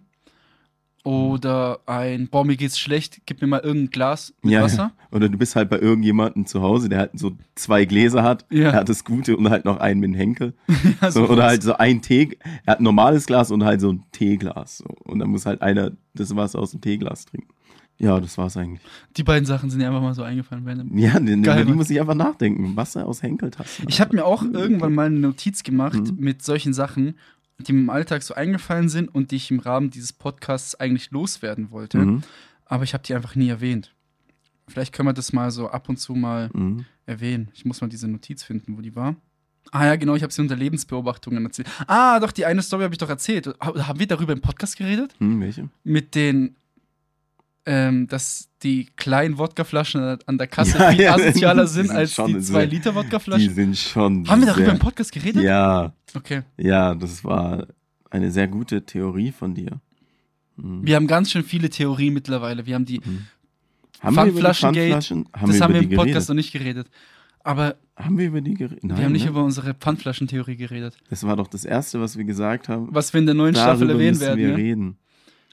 Oder ein, boah, mir geht's schlecht, gib mir mal irgendein Glas mit
Ja,
Wasser.
ja. Oder du bist halt bei irgendjemandem zu Hause, der halt so zwei Gläser hat.
Ja.
Er hat das Gute und halt noch einen mit dem Henkel.
Ja,
So,
sowas.
oder halt so ein Tee. Er hat ein normales Glas und halt so ein Teeglas. So. Und dann muss halt einer das Wasser aus dem Teeglas trinken. Ja, das war's eigentlich.
Die beiden Sachen sind ja einfach mal so eingefallen, random.
Ja, den,
Geil,
über die
Mann.
muss ich einfach nachdenken. Wasser aus Henkeltassen.
Ich habe mir auch irgendwann mal eine Notiz gemacht
Mhm.
mit solchen Sachen, die mir im Alltag so eingefallen sind und die ich im Rahmen dieses Podcasts eigentlich loswerden wollte,
Mhm.
aber ich habe die einfach nie erwähnt. Vielleicht können wir das mal so ab und zu mal
Mhm.
erwähnen. Ich muss mal diese Notiz finden, wo die war. Ah ja, genau, ich habe sie unter Lebensbeobachtungen erzählt. Ah, doch, die eine Story habe ich doch erzählt. Ha- Haben wir darüber im Podcast geredet?
Hm, welche?
Mit den, ähm, dass die kleinen Wodkaflaschen an- an der Kasse
Ja,
viel
ja,
asozialer
die
sind
sind
als
schon
die
so-
2-Liter-Wodkaflaschen.
Die sind schon.
Haben wir darüber
sehr-
im Podcast geredet?
Ja,
Okay.
ja, das war eine sehr gute Theorie von dir. Mhm.
Wir haben ganz schön viele Theorien mittlerweile. Wir haben die,
Haben wir über die
Pfandflaschengate,
Pfandflaschen? Haben
das
wir
haben
über
wir
die
im
geredet?
Podcast noch nicht geredet. Aber
Haben wir über die geredet? Nein,
wir haben nicht
ne?
über unsere Pfandflaschentheorie geredet.
Das war doch das Erste, was wir gesagt haben.
Was wir in der neuen Staffel
Darüber
erwähnen
müssen
werden.
wir
ne?
reden.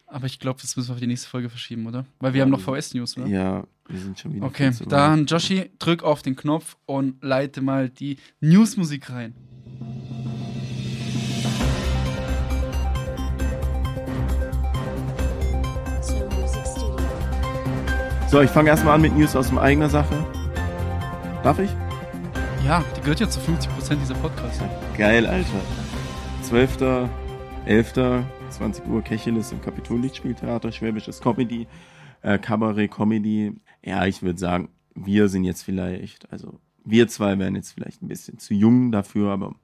Aber ich glaube, das müssen wir auf die nächste Folge verschieben, oder? Weil wir
Ja,
haben noch
wir-
VS-News, oder?
Ja, wir sind schon wieder.
Okay,
viel zu weit.
dann Joshi, drück auf den Knopf und leite mal die Newsmusik rein.
Snow Music Studio.
So, ich fange erstmal an mit News aus meiner eigenen Sache. Darf ich?
Ja, die gehört ja zu 50% dieser Podcasts.
Geil, Alter. 12. 11. 20 Uhr Kecheles im Kapitol Lichtspieltheater, Schwäbisches Comedy, äh, Kabarett Comedy. Ja, ich würde sagen, wir sind jetzt vielleicht, also wir zwei wären jetzt vielleicht ein bisschen zu jung dafür, aber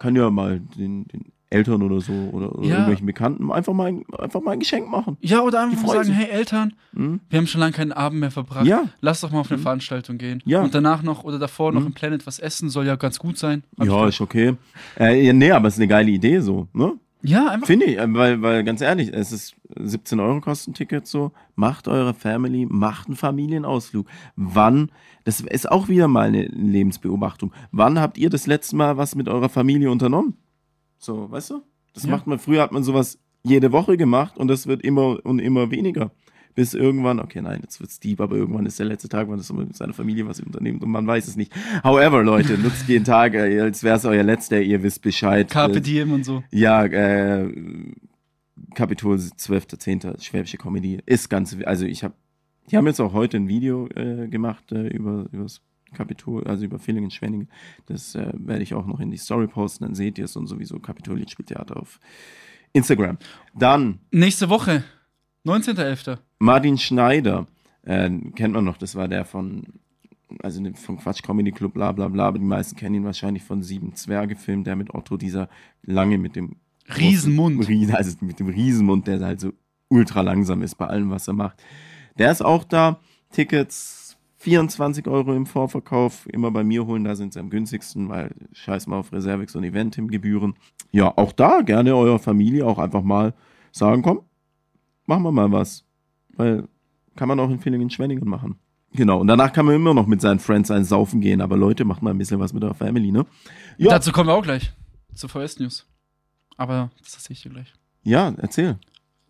kann ja mal den, den Eltern oder so oder, oder
Ja.
irgendwelchen Bekannten einfach mal, ein- einfach mal ein Geschenk machen.
Ja, oder
Die
einfach mal
freuen
sagen,
sich.
hey Eltern,
Hm?
wir haben schon lange keinen Abend mehr verbracht.
Ja.
Lass doch mal auf eine
Mhm.
Veranstaltung gehen.
Ja.
Und danach noch oder davor noch
Mhm.
im Planet was essen, soll ja ganz gut sein. Hab ich
Ja,
gehört.
ist okay. Äh, ja, nee, aber ist eine geile Idee so, ne?
ja, einfach.
Finde ich, äh, weil, weil ganz ehrlich, es ist 17 Euro Kostenticket so. Macht eure Family, macht einen Familienausflug. Wann, das ist auch wieder mal eine Lebensbeobachtung. Wann habt ihr das letzte Mal was mit eurer Familie unternommen? So, weißt du? Das
Ja.
macht man, früher hat man sowas jede Woche gemacht und das wird immer und immer weniger. Bis irgendwann, okay, nein, jetzt wird's deep, aber irgendwann ist der letzte Tag, wann ist man mit seiner Familie was unternimmt und man weiß es nicht. However, Leute, nutzt jeden Tag, äh, als wäre es euer letzter, ihr wisst Bescheid.
Carpe
Äh,
diem und so.
ja, äh, Kapitol 12.10. Schwäbische Comedy ist ganz, also ich habe, die haben jetzt auch heute ein Video äh, gemacht äh, über das Kapitol, also über Villingen, Schwenningen. Das äh, werde ich auch noch in die Story posten, dann seht ihr es und sowieso Kapitol Liedspieltheater halt auf Instagram. Dann
Nächste Woche, 19.11.
Martin Schneider, äh, kennt man noch, das war der von, also ne- von Quatsch Comedy Club, bla bla bla, aber die meisten kennen ihn wahrscheinlich von Sieben Zwerge Film, der mit Otto dieser lange mit dem
Riesenmund.
Riesen, also mit dem Riesenmund, der halt so ultra langsam ist bei allem, was er macht. Der ist auch da. Tickets 24 Euro im Vorverkauf. Immer bei mir holen, da sind sie am günstigsten, weil scheiß mal auf Reservix und Eventim-Gebühren. Ja, auch da gerne eurer Familie auch einfach mal sagen, komm, machen wir mal was. Weil kann man auch in Villingen-Schwenningen machen. Genau, und danach kann man immer noch mit seinen Friends ein Saufen gehen. Aber Leute, macht mal ein bisschen was mit eurer Family, ne? Ja.
Dazu kommen wir auch gleich. Zur VS News. Aber das erzähl ich dir gleich.
Ja, erzähl.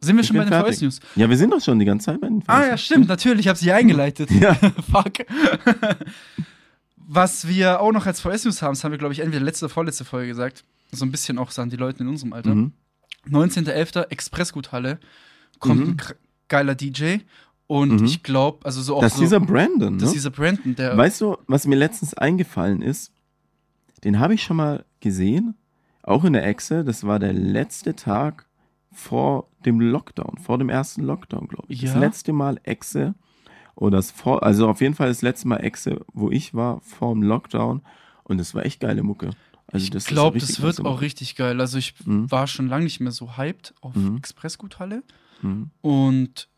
Sind wir
Ich
schon bei
bin
den
fertig.
VS News?
Ja, wir sind doch schon die ganze Zeit bei den
Ah
Friends.
ja, stimmt, natürlich, ich habe sie eingeleitet.
Ja.
Fuck. Was wir auch noch als VS News haben, das haben wir, glaube ich, entweder letzte oder vorletzte Folge gesagt. So ein bisschen auch sagen die Leute in unserem Alter.
Mhm.
19.11. Expressguthalle kommt
Mhm.
ein kr- geiler DJ und
Mhm.
ich glaube, also so auch
Das ist
so,
dieser Brandon, ne?
das ist dieser Brandon, der
Weißt du, was mir letztens eingefallen ist? Den habe ich schon mal gesehen, auch in der Echse. Das war der letzte Tag vor dem Lockdown, vor dem ersten Lockdown, glaube ich. Das
Ja.
letzte Mal Echse oder das vor, also auf jeden Fall das letzte Mal Echse, wo ich war, vor dem Lockdown. Und das war echt geile Mucke. Also
ich
das ist
glaube,
richtig
das wird
nice
auch richtig geil. Also ich
Mhm.
war schon lange nicht mehr so hyped auf
Mhm.
Expressguthalle
Mhm.
und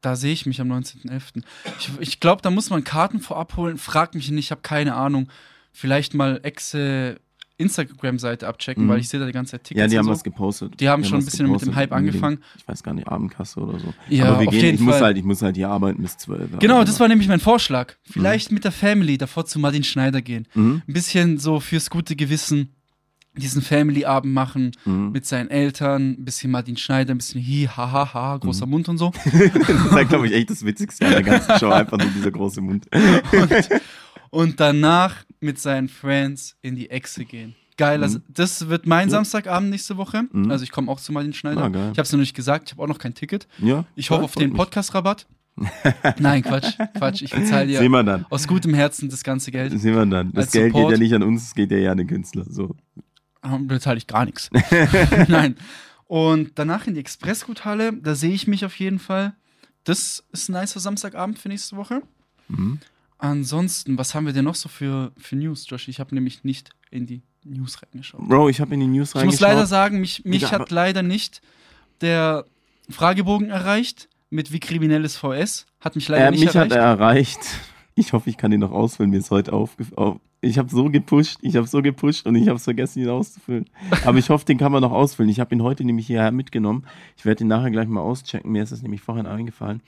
da sehe ich mich am 19.11. Ich, ich glaube, da muss man Karten vorab holen. Frag mich nicht, ich habe keine Ahnung. Vielleicht mal Exe Instagram-Seite abchecken,
Mhm.
weil ich sehe da die ganze Zeit Tickets.
Ja, die
und
haben
so.
was gepostet.
Die haben schon ein
was
bisschen mit dem
gepostet,
Hype
unbedingt.
angefangen.
Ich weiß gar nicht, Abendkasse oder so.
Ja,
Aber wir
auf
gehen,
jeden
ich muss
Fall.
halt, ich muss halt hier arbeiten bis Also 12.
Genau, das war nämlich mein Vorschlag. Vielleicht mit der Family davor zu Martin Schneider gehen.
Mhm.
Ein bisschen so fürs gute Gewissen diesen Family-Abend machen
Mhm.
mit seinen Eltern, ein bisschen Martin Schneider, ein bisschen hi, ha, ha, ha,
Mhm.
großer Mund und so.
Das ist, glaube ich, echt das Witzigste an der ganzen Show, einfach nur dieser große Mund.
Und danach mit seinen Friends in die Echse gehen. Geil, also das wird mein Samstagabend nächste Woche.
Mhm.
Also ich komme auch zu Martin Schneider.
Ah, geil.
ich habe es noch nicht gesagt, ich habe auch noch kein Ticket.
Ja.
Ich hoffe
ja,
auf den
freut mich.
Podcast-Rabatt. Nein, Quatsch, Quatsch, ich bezahle
Sehen
dir
wir dann.
aus gutem Herzen das ganze Geld.
Sehen wir dann. Das
Als
Geld
Support.
geht ja nicht an uns, es geht ja eher an den Künstler. So.
Ähm, bezahle ich gar nichts. Nein. Und danach in die Expressguthalle, da sehe ich mich auf jeden Fall. Das ist ein nicer Samstagabend für nächste Woche.
Mhm.
Ansonsten, was haben wir denn noch so für, für News, Josh? Ich habe nämlich nicht in die News reingeschaut.
Bro, ich habe in die News
Ich muss
reingeschaut.
leider sagen, mich, mich
Digga,
hat
aber-
leider nicht der Fragebogen erreicht mit wie kriminelles VS. Hat mich leider
äh,
nicht
mich
erreicht.
hat er erreicht. Ich hoffe, ich kann ihn noch ausfüllen. Mir ist heute aufgefallen. Auf ich habe so gepusht, ich habe so gepusht und ich habe es vergessen, ihn auszufüllen. Aber ich hoffe, den kann man noch ausfüllen. Ich habe ihn heute nämlich hierher mitgenommen. Ich werde ihn nachher gleich mal auschecken. Mir ist das nämlich vorhin eingefallen.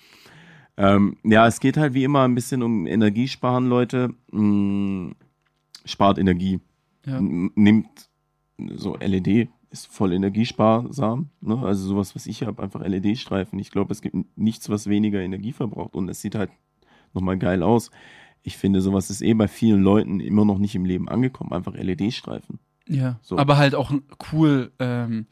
Ähm, ja, es geht halt wie immer ein bisschen um Energiesparen, Leute. Mm, spart Energie.
Ja.
N- Nimmt so LED ist voll energiesparsam. Ne? Also sowas, was ich habe, einfach LED-Streifen. Ich glaube, es gibt nichts, was weniger Energie verbraucht und es sieht halt nochmal geil aus. Ich finde, sowas ist eh bei vielen Leuten immer noch nicht im Leben angekommen. Einfach E LED-Streifen.
ja.
So.
Aber halt auch cool ähm,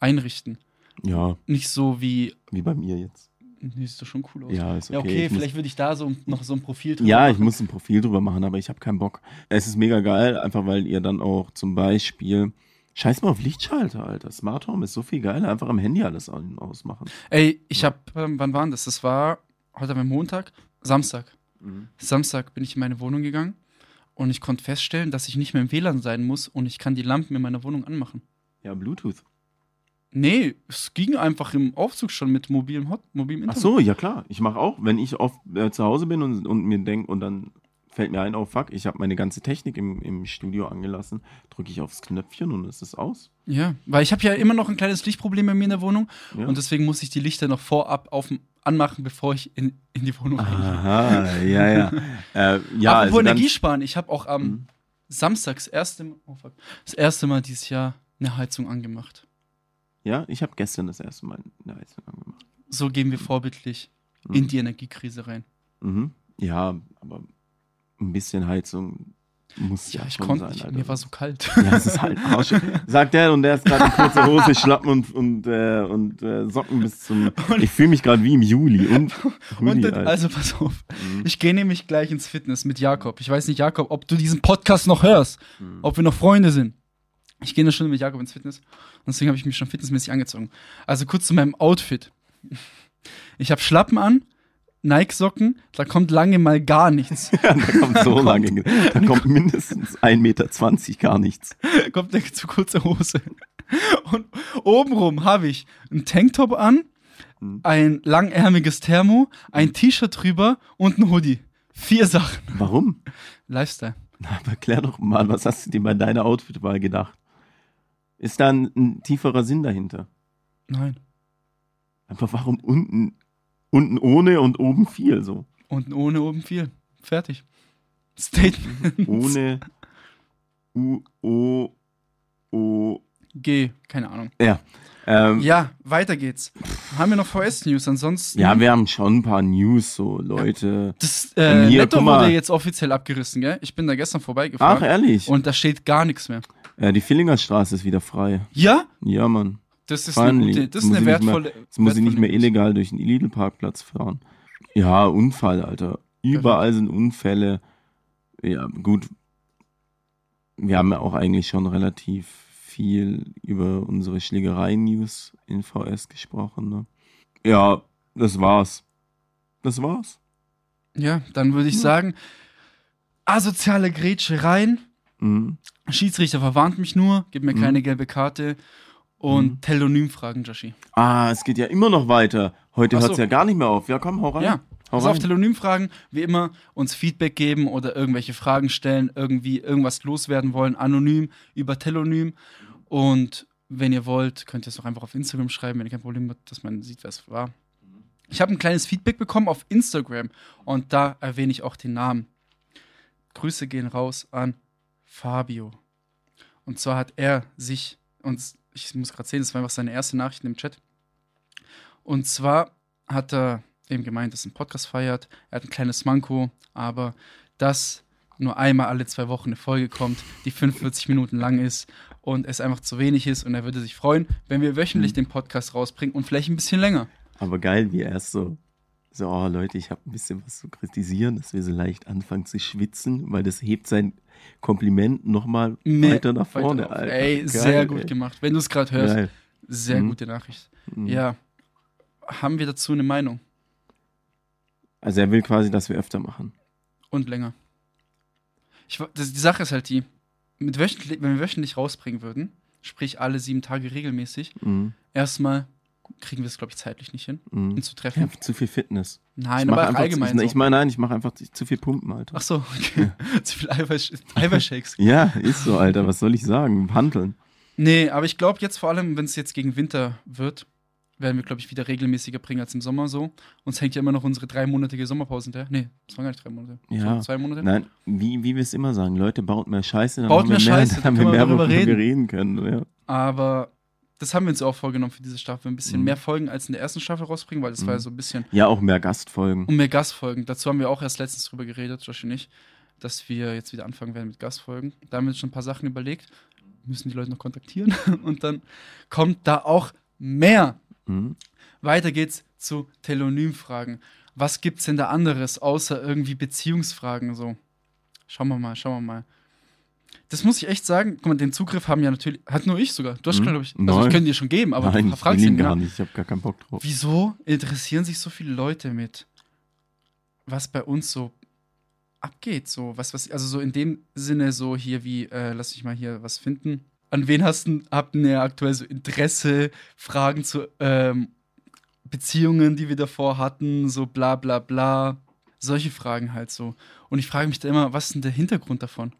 einrichten.
Ja,
Nicht so wie
wie bei mir jetzt.
Nee, sieht doch schon cool aus.
Ja, ist okay.
ja, okay,
ich muss-
vielleicht würde ich da so noch so ein Profil drauf
Ja, ich
machen.
muss ein Profil drüber machen, aber ich habe keinen Bock. Es ist mega geil, einfach weil ihr dann auch zum Beispiel. Scheiß mal auf Lichtschalter, Alter. Smart Home ist so viel geiler. Einfach am Handy alles an- ausmachen.
Ey, ich hab, ähm, wann war denn das? Das war, heute haben wir Montag, Samstag. Mhm. Samstag bin ich in meine Wohnung gegangen und ich konnte feststellen, dass ich nicht mehr im WLAN sein muss und ich kann die Lampen in meiner Wohnung anmachen.
Ja, Bluetooth.
Nee, es ging einfach im Aufzug schon mit mobilem, Hot mobilem
Ach
Internet.
so, ja klar. Ich mache auch, wenn ich oft äh, zu Hause bin und, und mir denke, und dann fällt mir ein, oh fuck, ich habe meine ganze Technik im, im Studio angelassen, drücke ich aufs Knöpfchen und es ist aus.
Ja, weil ich habe ja immer noch ein kleines Lichtproblem bei mir in der Wohnung
Ja.
und deswegen muss ich die Lichter noch vorab auf, anmachen, bevor ich in, in die Wohnung gehe.
Aha, ja, ja. äh, Ah. ja,
Apropos
also dann-
Energiesparen, ich habe auch am
Mhm.
Samstag das erste, Mal- oh fuck, das erste Mal dieses Jahr eine Heizung angemacht.
Ja, ich habe gestern das erste Mal eine Heizung angemacht.
So gehen wir vorbildlich
Mhm.
in die Energiekrise rein.
Mhm. Ja, aber ein bisschen Heizung muss
Ja, ich
schon
konnte
sein,
nicht,
Alter.
mir war so kalt.
Ja, es ist halt Arsch. Sagt der und der ist gerade in kurzer Hose, Schlappen und, und, äh, und äh, Socken bis zum. ich fühle mich gerade wie im Juli. Und, Juli,
Und dann,
Alter.
also pass auf,
Mhm.
ich gehe nämlich gleich ins Fitness mit Jakob. Ich weiß nicht, Jakob, ob du diesen Podcast noch hörst,
Mhm.
ob wir noch Freunde sind. Ich gehe eine Stunde mit Jakob ins Fitness und deswegen habe ich mich schon fitnessmäßig angezogen. Also kurz zu meinem Outfit. Ich habe Schlappen an, Nike-Socken, da kommt lange mal gar nichts.
Ja, da kommt so lange. Da kommt mindestens 1,20 Meter gar nichts.
kommt eine zu kurze Hose. Und obenrum habe ich einen Tanktop an,
Mhm.
ein langärmiges Thermo, ein T-Shirt drüber und ein Hoodie. Vier Sachen.
Warum?
Lifestyle.
Na, aber klär doch mal, was hast du dir bei deiner Outfitwahl gedacht? Ist da ein, ein tieferer Sinn dahinter?
Nein.
Einfach warum unten, unten ohne und oben viel so?
Unten ohne, oben viel. Fertig. Statement.
Ohne U, O, O.
G. Keine Ahnung.
Ja. Ähm, ja.
Ja, weiter geht's. Haben wir noch VS-News? Ansonsten.
wir haben schon ein paar News, so Leute.
das äh,
Hier,
Netto
guck mal.
wurde jetzt offiziell abgerissen, gell? Ich bin da gestern
Ach,
vorbeigefahren.
ehrlich?
und da steht gar nichts mehr.
Äh, die Villingerstraße ist wieder frei.
Ja?
Ja, Mann.
Das ist
Finally.
eine gute, das
Jetzt
ist eine
muss ich nicht mehr-
wertvolle.
Jetzt muss ich nicht mehr
wertvolle-
illegal durch den Lidl-Parkplatz fahren. Ja, Unfall, Alter. Überall sind Unfälle. Ja, gut. Wir haben ja auch eigentlich schon relativ viel über unsere Schlägerei-News in VS gesprochen. Ne? Ja, das war's. Das war's.
Ja, dann würde ich sagen, asoziale Grätsche rein,
Mhm.
Schiedsrichter verwarnt mich nur, gib mir
Mhm.
keine gelbe Karte und
Mhm.
Telonym fragen, Joshi.
Ah, es geht ja immer noch weiter. Heute
Ach
hört's
so.
ja gar nicht mehr auf. Ja, komm, hau rein.
Ja,
hau
Also auf
rein.
Telonym fragen, wie immer uns Feedback geben oder irgendwelche Fragen stellen, irgendwie irgendwas loswerden wollen, anonym über Telonym und wenn ihr wollt, könnt ihr es auch einfach auf Instagram schreiben, wenn ihr kein Problem habt, dass man sieht, wer es war. Ich habe ein kleines Feedback bekommen auf Instagram und da erwähne ich auch den Namen. Grüße gehen raus an Fabio. Und zwar hat er sich, und ich muss gerade sehen, das war einfach seine erste Nachricht im Chat. Und zwar hat er eben gemeint, dass er einen Podcast feiert. Er hat ein kleines Manko, aber dass nur einmal alle zwei Wochen eine Folge kommt, die 45 Minuten lang ist und es einfach zu wenig ist. Und er würde sich freuen, wenn wir wöchentlich
Mhm.
den Podcast rausbringen und vielleicht ein bisschen länger.
Aber geil, wie er ist so. So, oh Leute, ich habe ein bisschen was zu kritisieren, dass wir so leicht anfangen zu schwitzen, weil das hebt sein Kompliment nochmal
Nee,
weiter nach
Weiter
vorne.
auf.
Alter.
Ey,
Geil,
sehr gut
ey.
gemacht. Wenn du es gerade hörst,
Geil.
sehr
Mhm.
gute Nachricht.
Mhm.
Ja. Haben wir dazu eine Meinung
Also er will quasi, dass wir öfter machen.
und länger? Ich, wa- das, die Sache ist halt die, mit wöchentlich, wenn wir wöchentlich rausbringen würden, sprich alle sieben Tage regelmäßig,
Mhm.
erstmal kriegen wir es, glaube ich, zeitlich nicht hin,
Mhm.
ihn zu
Ich
treffen.
hab zu viel Fitness.
Nein,
ich mach
aber
einfach
allgemein.
Zu, ne,
So.
ich meine, nein, ich mache einfach zu, zu viel Pumpen, Alter.
Ach so, okay. zu viel Eiweiß, Eiweißshakes.
Ja, ist so, Alter. Was soll ich sagen? Handeln.
Nee, aber ich glaube jetzt vor allem, wenn es jetzt gegen Winter wird, werden wir, glaube ich, wieder regelmäßiger bringen als im Sommer so. Uns hängt ja immer noch unsere dreimonatige Sommerpause hinterher. Nee, das waren gar nicht drei Monate. das
Ja.
waren Zwei Monate.
Nein, wie, wie wir es immer sagen, Leute, baut mehr Scheiße, dann
Baut
haben
mehr
wir
Scheiße,
dann
dann
haben wir
können wir
mehr,
darüber
worüber wir
reden.
reden können. Ja.
Aber das haben wir uns auch vorgenommen für diese Staffel. Ein bisschen
Mhm.
mehr Folgen als in der ersten Staffel rausbringen, weil das
Mhm.
war ja so ein bisschen.
ja, auch mehr Gastfolgen.
Und mehr Gastfolgen. Dazu haben wir auch erst letztens drüber geredet, Josh und ich, dass wir jetzt wieder anfangen werden mit Gastfolgen. Da haben wir uns schon ein paar Sachen überlegt. Müssen die Leute noch kontaktieren. Und dann kommt da auch mehr.
Mhm.
Weiter geht's zu Telonym-Fragen. Was gibt's denn da anderes, außer irgendwie Beziehungsfragen so? Schauen wir mal, schauen wir mal. Das muss ich echt sagen. Guck mal, den Zugriff haben ja natürlich, hat nur ich sogar. Du hast,
Hm?
glaube ich, also
Nein.
ich könnte dir schon geben, aber
Nein,
du
ich will
fragst ihn
ihn
genau.
gar nicht. Ich habe gar keinen Bock drauf.
Wieso interessieren sich so viele Leute mit, was bei uns so abgeht? So, was, was, also so in dem Sinne, so hier wie, äh, lass mich mal hier was finden. An wen hast du habt ihr aktuell so Interesse, Fragen zu ähm, Beziehungen, die wir davor hatten, so bla bla bla. Solche Fragen halt so. Und ich frage mich da immer, was ist denn der Hintergrund davon?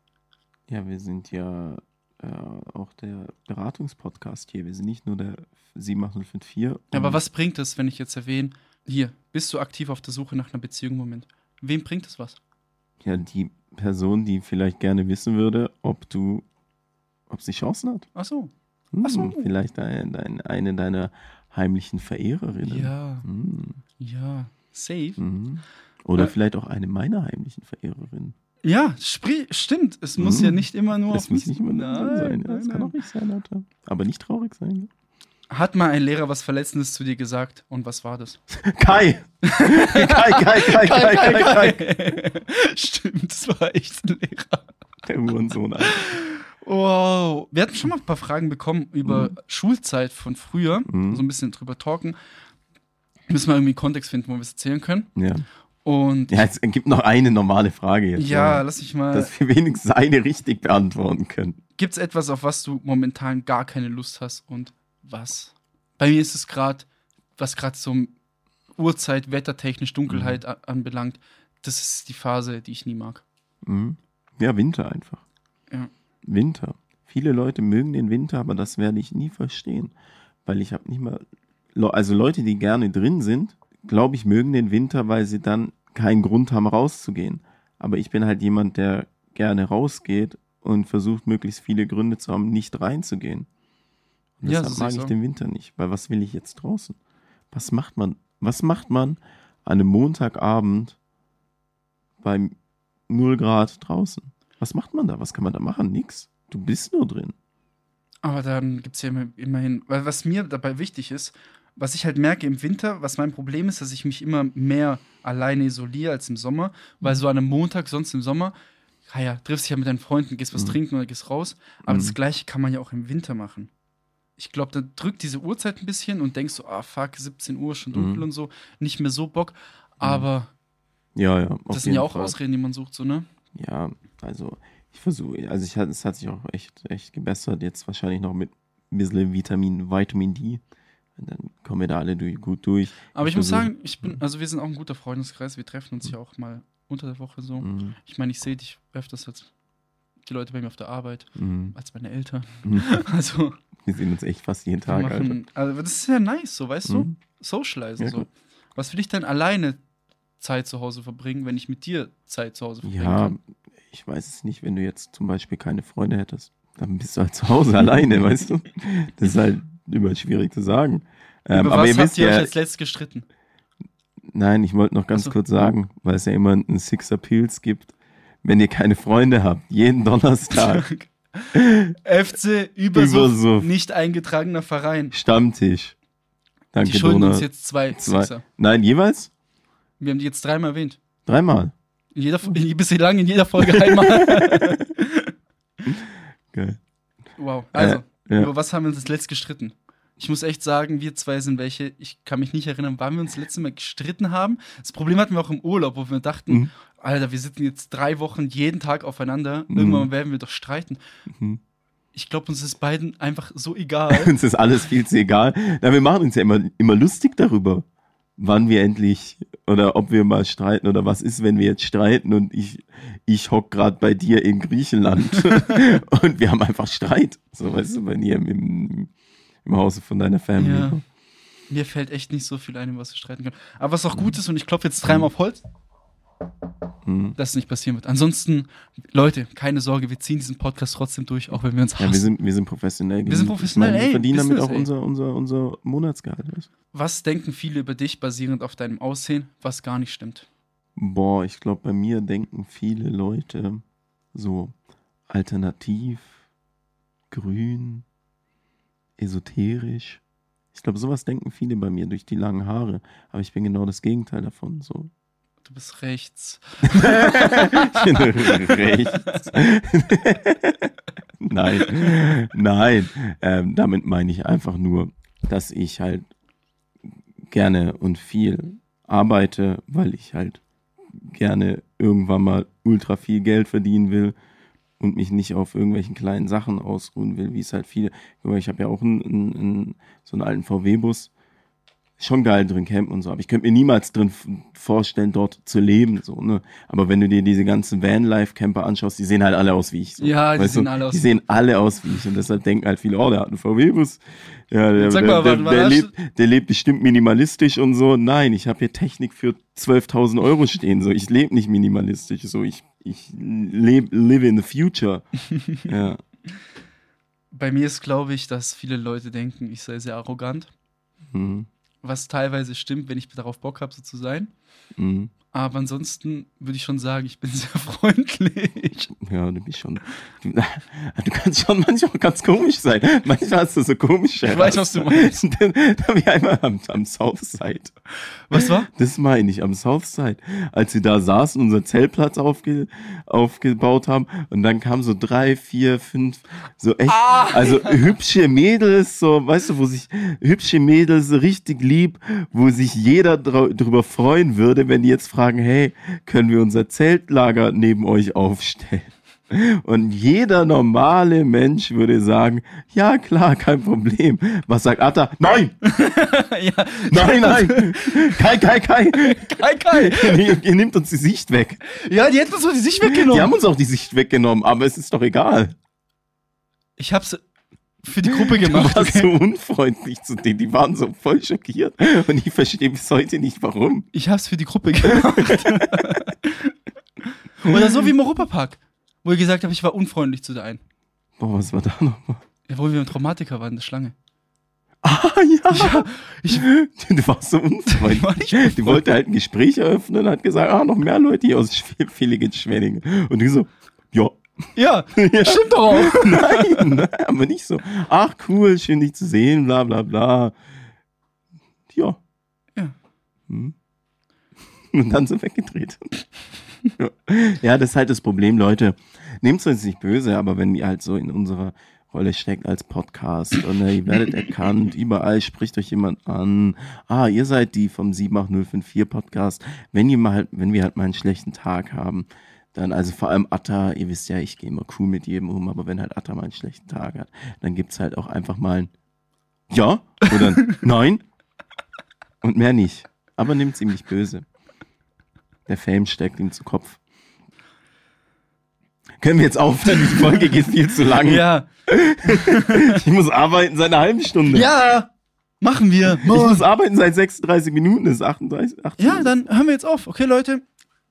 Ja, wir sind ja äh, auch der Beratungspodcast hier. Wir sind nicht nur der 7054.
Aber
und-
was bringt es, wenn ich jetzt erwähne, hier, bist du aktiv auf der Suche nach einer Beziehung im Moment? Wem bringt es was?
Ja, die Person, die vielleicht gerne wissen würde, ob du, ob sie Chancen hat.
Ach so.
Hm,
Ach so.
Vielleicht ein, dein, eine deiner heimlichen Verehrerinnen.
Ja.
Hm,
Ja, safe.
mhm. Oder
Äh,
vielleicht auch eine meiner heimlichen Verehrerinnen.
Ja, sprich, stimmt. Es muss
Mhm.
ja nicht immer nur
Das
auf mich-
muss nicht immer nur
Nein,
sein. Ja,
nein,
das kann
nein.
auch nicht sein, Alter. Aber nicht traurig sein.
Hat mal ein Lehrer was Verletzendes zu dir gesagt? Und was war das?
Kai! Kai, Kai, Kai, Kai, Kai, Kai.
stimmt, das war echt ein Lehrer.
Der Hurensohn, Alter.
Wow. Wir hatten schon mal ein paar Fragen bekommen über
Hm.
Schulzeit von früher.
Mhm.
So ein bisschen drüber talken. Müssen wir irgendwie einen Kontext finden, wo wir es erzählen können.
Ja.
Und ja,
ja, es gibt noch eine normale Frage jetzt. oder?
lass mich mal.
Dass wir wenigstens eine richtig beantworten können.
Gibt es etwas, auf was du momentan gar keine Lust hast und was? Bei mir ist es gerade, was gerade so Uhrzeit, wettertechnisch, Dunkelheit a- anbelangt, das ist die Phase, die ich nie mag.
Mhm. Ja, Winter einfach.
Ja.
Winter. Viele Leute mögen den Winter, aber das werde ich nie verstehen. Weil ich habe nicht mal. Le- Also Leute, die gerne drin sind, glaube ich, mögen den Winter, weil sie dann keinen Grund haben, rauszugehen. Aber ich bin halt jemand, der gerne rausgeht und versucht, möglichst viele Gründe zu haben, nicht reinzugehen. Und
Ja,
deshalb
so sehe
mag
ich's
ich
auch.
den Winter nicht. Weil was will ich jetzt draußen? Was macht man? Was macht man an einem Montagabend bei 0 Grad draußen? Was macht man da? Was kann man da machen? Nix. Du bist nur drin.
Aber dann gibt es ja immer- immerhin, weil was mir dabei wichtig ist, was ich halt merke im Winter, was mein Problem ist, dass ich mich immer mehr alleine isoliere als im Sommer,
Mhm.
weil so an einem Montag, sonst im Sommer, ah ja, triffst dich ja mit deinen Freunden, gehst was
Mhm.
trinken oder gehst raus. Aber
Mhm.
das Gleiche kann man ja auch im Winter machen. Ich glaube, da drückt diese Uhrzeit ein bisschen und denkst so, ah fuck, 17 Uhr, schon dunkel
Mhm.
und so, nicht mehr so Bock. Aber
Ja, ja. auf
das sind ja
jeden
auch
Fall.
Ausreden, die man sucht, so, ne?
Ja, also ich versuche, also ich, hat- es hat sich auch echt, echt gebessert. Jetzt wahrscheinlich noch mit ein bisschen Vitamin, Vitamin D. Und dann kommen wir da alle durch, gut durch.
Aber ich, muss
versuche-
sagen, ich bin, also wir sind auch ein guter Freundeskreis, wir treffen uns ja auch mal unter der Woche so.
Mhm.
Ich meine, ich sehe dich öfters als die Leute bei mir auf der Arbeit,
Mhm.
als meine Eltern.
Mhm.
Also,
Wir sehen uns echt fast jeden
wir
Tag, Alter.
machen, also das ist ja nice, so, weißt du?
Mhm.
Socializen
Ja,
so.
gut.
Was will ich denn alleine Zeit zu Hause verbringen, wenn ich mit dir Zeit zu Hause verbringen
Ja,
kann?
ich weiß es nicht, wenn du jetzt zum Beispiel keine Freunde hättest, dann bist du halt zu Hause alleine, weißt du? Das ist halt immer schwierig zu sagen. Ähm,
Über
aber
was
ihr
habt
wisst
ihr euch
ja,
als letztes gestritten?
nein, ich wollte noch ganz
Ach so. Hm.
kurz sagen, weil es ja immer einen Sixer Pills gibt, wenn ihr keine Freunde habt, jeden Donnerstag
FC Übersucht,
Übersucht.
nicht eingetragener Verein.
Stammtisch. Danke,
die schulden
Dona.
uns jetzt zwei,
Zwei.
Sixer.
Nein, jeweils
Wir haben die jetzt dreimal erwähnt.
dreimal.
In jeder,
Mhm.
in, bislang in jeder Folge einmal.
Geil.
wow. Also,
Äh, ja.
Über was haben wir uns das letzte gestritten? Ich muss echt sagen, wir zwei sind welche, ich kann mich nicht erinnern, wann wir uns das letzte Mal gestritten haben. Das Problem hatten wir auch im Urlaub, wo wir dachten,
Mhm.
Alter, wir sitzen jetzt drei Wochen jeden Tag aufeinander,
Mhm.
irgendwann werden wir doch streiten.
Mhm.
Ich glaube, uns ist beiden einfach so egal.
uns ist alles viel zu egal. Na, wir machen uns ja immer, immer lustig darüber, wann wir endlich oder ob wir mal streiten oder was ist, wenn wir jetzt streiten und ich, ich hock gerade bei dir in Griechenland und wir haben einfach Streit. So, weißt du, bei dir im, im, im Hause von deiner Family.
Ja. Mir fällt echt nicht so viel ein, über was wir streiten können. Aber was auch gut ist, und ich klopfe jetzt dreimal auf Holz,
Mhm.
dass es nicht passieren wird. Ansonsten, Leute, keine Sorge, wir ziehen diesen Podcast trotzdem durch, auch wenn wir uns hassen.
Ja, wir sind, wir sind professionell.
Wir sind professionell,
ich meine, wir
ey,
verdienen damit
Business,
auch
ey.
unser, unser, unser Monatsgehalt. Weißt? du?
was denken viele über dich basierend auf deinem Aussehen, was gar nicht stimmt?
Boah, ich glaube, bei mir denken viele Leute so alternativ, grün, esoterisch, Ich glaube, sowas denken viele bei mir durch die langen Haare. Aber ich bin genau das Gegenteil davon. So.
Du bist rechts.
Ich bin rechts. nein, nein. Ähm, damit meine ich einfach nur, dass ich halt gerne und viel arbeite, weil ich halt gerne irgendwann mal ultra viel Geld verdienen will und mich nicht auf irgendwelchen kleinen Sachen ausruhen will, wie es halt viele. Guck mal, Ich habe ja auch einen, einen, einen, so einen alten VW-Bus. Schon geil drin campen und so, aber ich könnte mir niemals drin f- vorstellen, dort zu leben. So, ne? Aber wenn du dir diese ganzen Vanlife-Camper anschaust, die sehen halt alle aus wie ich. So.
Ja, die
Weißt
sehen
du?
alle aus
Die
wie-
sehen alle aus wie ich und deshalb denken halt viele, oh, der hat einen VW-Bus. Ja, der,
Sag mal,
der,
wann
der,
war
der,
das?
lebt, der lebt bestimmt minimalistisch und so. Nein, ich habe hier Technik für 12.000 Euro stehen. So, ich lebe nicht minimalistisch. So, ich, ich lebe live in the future. ja.
Bei mir ist, glaube ich, dass viele Leute denken, ich sei sehr arrogant.
Mhm.
Was teilweise stimmt, wenn ich darauf Bock habe, so zu sein.
Mhm.
Aber ansonsten würde ich schon sagen, ich bin sehr freundlich.
Ja, du bist schon. Du, du kannst schon manchmal ganz komisch sein. Manchmal hast du so komische.
Ich weiß, was du
meinst. da wir einmal am, am Southside.
Was war?
Das meine ich, am Southside. Als wir da saßen, unser Zeltplatz aufge, aufgebaut haben und dann kamen so drei, vier, fünf, so echt, also hübsche Mädels, so, weißt du, wo sich hübsche Mädels so richtig lieb, wo sich jeder drau- drüber freuen würde, wenn die jetzt fragen, hey, können wir unser Zeltlager neben euch aufstellen? Und jeder normale Mensch würde sagen, ja klar, kein Problem. Was sagt Atta? Nein,
ja,
nein, nein, Kai, Kai, Kai,
Kai, Kai.
Ihr, ihr nehmt uns die Sicht weg.
Ja, die hätten uns doch die Sicht weggenommen.
Die haben uns auch die Sicht weggenommen, aber es ist doch egal.
ich hab's für die Gruppe
Du
gemacht.
warst
Okay.
so Also unfreundlich zu denen. Die waren so voll schockiert. Und ich verstehe bis heute nicht, warum.
Ich hab's für die Gruppe gemacht. Oder so wie im Europapark, wo ihr gesagt habt, ich war unfreundlich zu der einen.
Boah, was war da nochmal?
Ja, wo wir im Traumatiker waren, der Schlange.
Ah, ja.
ich-
du warst so
Ich war nicht
unfreundlich. Die wollte halt ein Gespräch eröffnen und hat gesagt, ah, noch mehr Leute hier aus Villingen-Schwenningen. Und du so, ja.
Ja,
Ja.
stimmt doch auch.
Nein, nein, aber nicht so. Ach, cool, schön dich zu sehen, bla, bla, bla. Ja.
Ja.
Hm. Und dann so weggedreht. ja. ja, das ist halt das Problem, Leute. Nehmt es uns nicht böse, aber wenn ihr halt so in unserer Rolle steckt als Podcast und äh, ihr werdet erkannt, überall spricht euch jemand an. Ah, ihr seid die vom 78054 Podcast. Wenn ihr mal, wenn wir halt mal einen schlechten Tag haben, dann, also vor allem Atta, ihr wisst ja, ich gehe immer cool mit jedem um, aber wenn halt Atta mal einen schlechten Tag hat, dann gibt's halt auch einfach mal ein Ja oder ein Nein und mehr nicht. Aber nimmt's ihm nicht böse. Der Fame steckt ihm zu Kopf. Können wir jetzt aufhören? Die Folge geht viel zu lang.
Ja,
Ich muss arbeiten seit einer halben Stunde.
ja, machen wir.
Ich muss arbeiten seit 36 Minuten, das ist 38. 18.
Ja, dann hören wir jetzt auf. Okay, Leute,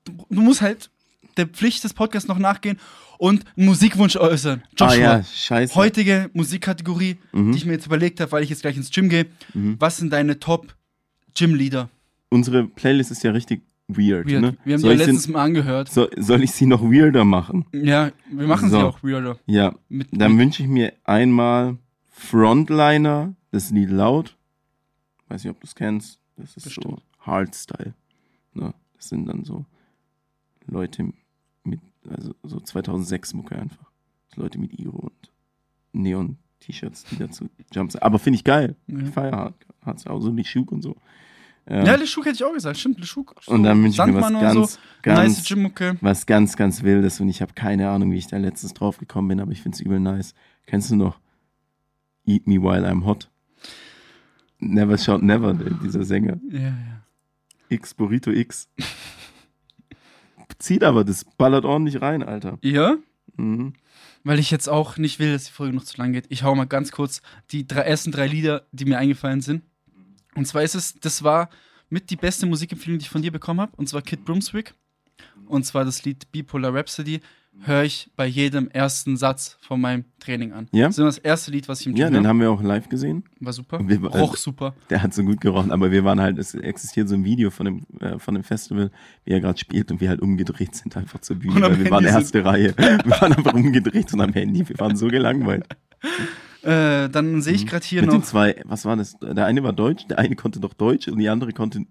du, du musst halt der Pflicht des Podcasts noch nachgehen und einen Musikwunsch äußern. Joshua,
Ah ja, scheiße.
heutige Musikkategorie,
Mhm.
die ich mir jetzt überlegt habe, weil ich jetzt gleich ins Gym gehe. Was sind deine Top-Gym-Lieder?
Unsere Playlist ist ja richtig weird.
Weird. Wir
Ne?
haben die
Soll
ja
ich den-
letztens mal angehört.
So, soll ich sie noch weirder machen?
Ja, wir machen
So.
sie auch weirder.
Ja,
Mit,
dann wünsche ich mir einmal Frontliner, das Lied laut. Weiß nicht, ob du es kennst. Das ist
Bestimmt.
so Hardstyle. Ne? Das sind dann so Leute mit, also so 2006 Mucke einfach. Leute mit Iro und Neon-T-Shirts, die dazu Jumps. Aber finde ich geil.
Ja.
Ich feier hart. Hat's auch so die Schuk und so. Ähm,
ja, Leschuk hätte ich auch gesagt. Stimmt, Leschuk. So
und dann wünsche ich mir was
Sandmann und
ganz, ganz,
nice Gym-Mucke.
was ganz, ganz Wildes und ich habe keine Ahnung, wie ich da letztens drauf gekommen bin, aber ich find's übel nice. Kennst du noch Eat Me While I'm Hot? Never Shout Never, der- dieser Sänger.
Ja, ja.
X Burrito X. Zieht aber, das ballert ordentlich rein, Alter.
Ja?
Mhm.
Weil ich jetzt auch nicht will, dass die Folge noch zu lang geht. Ich hau mal ganz kurz die drei, ersten drei Lieder, die mir eingefallen sind. Und zwar ist es, das war mit die beste Musikempfehlung, die ich von dir bekommen habe. Und zwar Kid Brunswick. Und zwar das Lied Bipolar Rhapsody höre ich bei jedem ersten Satz von meinem Training an.
Ja?
Das ist immer das erste Lied, was ich im
Ja,
Gym
den
höre.
haben wir auch live gesehen.
War super.
Wir- äh,
Roch super.
Der hat so gut gerochen, aber wir waren halt, es existiert so ein Video von dem, äh, von dem Festival, wie er gerade spielt und wir halt umgedreht sind einfach zur Bühne,
Und am
weil wir waren
Handy
erste Reihe. Wir waren einfach umgedreht und am Handy, wir waren so gelangweilt.
Äh, dann sehe ich gerade hier
Mhm. Mit den
noch.
zwei, was war das? Der eine war Deutsch, der eine konnte doch Deutsch und die andere konnte.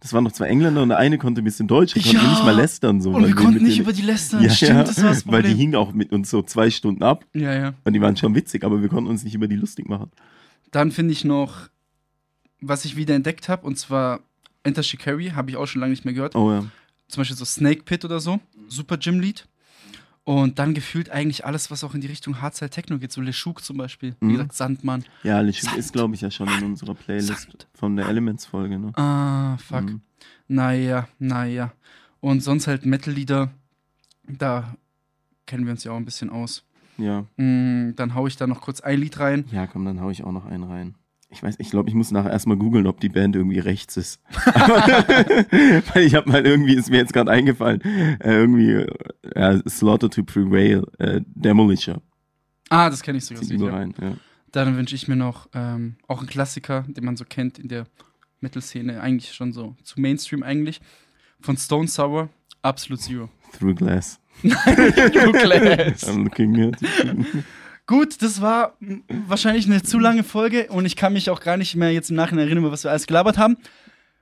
Das waren noch zwei Engländer und der eine konnte ein bisschen Deutsch, die konnten
Ja.
nicht mal lästern. So,
Und
weil
Oh, wir konnten
mit
nicht
denen-
über die lästern.
ja,
Stimmt,
ja,
das war das
Weil die
Problem.
hingen auch mit uns so zwei Stunden ab
ja, ja.
und die waren schon witzig, aber wir konnten uns nicht über die lustig machen.
Dann finde ich noch, was ich wieder entdeckt habe, und zwar Enter Shikari, habe ich auch schon lange nicht mehr gehört.
Oh ja.
Zum Beispiel so Snake Pit oder so, super Gym-Lied. Und dann gefühlt eigentlich alles, was auch in die Richtung Hardstyle Techno geht, so Leschuk zum Beispiel. Wie
Mhm.
gesagt, Sandmann.
Ja, Lichuk
Sand.
ist, glaube ich, ja schon in unserer Playlist
Sand.
von der Elements-Folge. Ne?
Ah, fuck.
Mhm.
Naja, naja. Und sonst halt Metal-Lieder, da kennen wir uns ja auch ein bisschen aus.
Ja.
Mm, dann hau ich da noch kurz ein Lied rein.
ja, komm, dann hau ich auch noch einen rein. Ich weiß, ich glaube, ich muss nachher erstmal googeln, ob die Band irgendwie rechts ist. Weil ich habe mal irgendwie, ist mir jetzt gerade eingefallen, äh, irgendwie äh, Slaughter to Prevail, äh, Demolisher.
Ah, das kenne ich sogar. das
Zieh
Lied,
nur
ja.
rein. Ja.
Dann wünsche ich mir noch ähm, auch einen Klassiker, den man so kennt in der Metal-Szene, eigentlich schon so zu Mainstream eigentlich. Von Stone Sour, Absolute Zero.
Through Glass.
Through Glass.
I'm looking at
Gut, das war mm, wahrscheinlich eine zu lange Folge und ich kann mich auch gar nicht mehr jetzt im Nachhinein erinnern, was wir alles gelabert haben.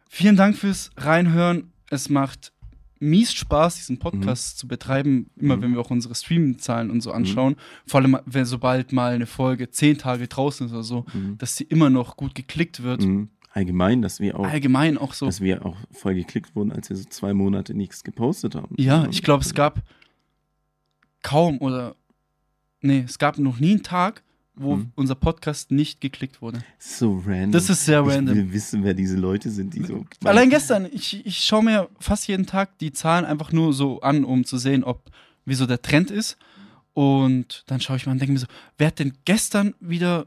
Vielen Dank fürs Reinhören. Es macht mies Spaß, diesen Podcast zu betreiben, immer
Mhm.
wenn wir auch unsere Streamzahlen und so anschauen. Vor allem, wenn sobald mal eine Folge zehn Tage draußen ist oder so,
Mhm.
dass sie immer noch gut geklickt wird.
Mhm. Allgemein, dass wir auch,
Allgemein auch so.
dass wir auch voll geklickt wurden, als wir so zwei Monate nichts gepostet haben. Mhm.
Ja, ich glaube, es gab kaum oder nee, es gab noch nie einen Tag, wo
Mhm.
unser Podcast nicht geklickt wurde.
So random.
Das ist sehr
Ich
random.
will wissen, wer diese Leute sind, die so.
Allein gestern, ich, ich schaue mir fast jeden Tag die Zahlen einfach nur so an, um zu sehen, ob wieso der Trend ist. Und dann schaue ich mal und denke mir so, wer hat denn gestern wieder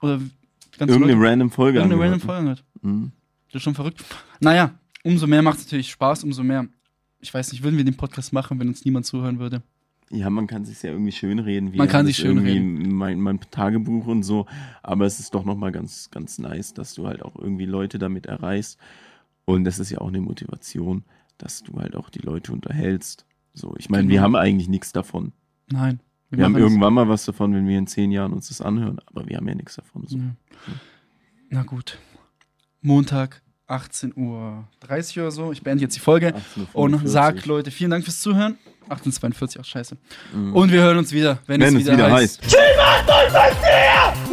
oder ganz
Irgendeine random Folge.
irgendeine random
angehört.
Folge gehört?
Mhm.
Das ist schon verrückt. Naja, umso mehr macht es natürlich Spaß, umso mehr. Ich weiß nicht, würden wir den Podcast machen, wenn uns niemand zuhören würde?
Ja, man kann sich ja irgendwie schön reden. Wie
Man kann
alles
sich schön
irgendwie Mein, mein Tagebuch und so. Aber es ist doch nochmal ganz, ganz nice, dass du halt auch irgendwie Leute damit erreichst. Und das ist ja auch eine Motivation, dass du halt auch die Leute unterhältst. So, ich meine, wir
Genau.
haben eigentlich nichts davon.
Nein.
Wir, haben
machen das-
irgendwann mal was davon, wenn wir in zehn Jahren uns das anhören. Aber wir haben ja nichts davon. So.
Ja. Na gut. Montag, 18.30 Uhr oder so. Ich beende jetzt die Folge und
18:45.
sag Leute, vielen Dank fürs Zuhören. 18.42, auch scheiße.
Mhm.
Und wir hören uns wieder, wenn,
wenn
es wieder heißt.
heißt.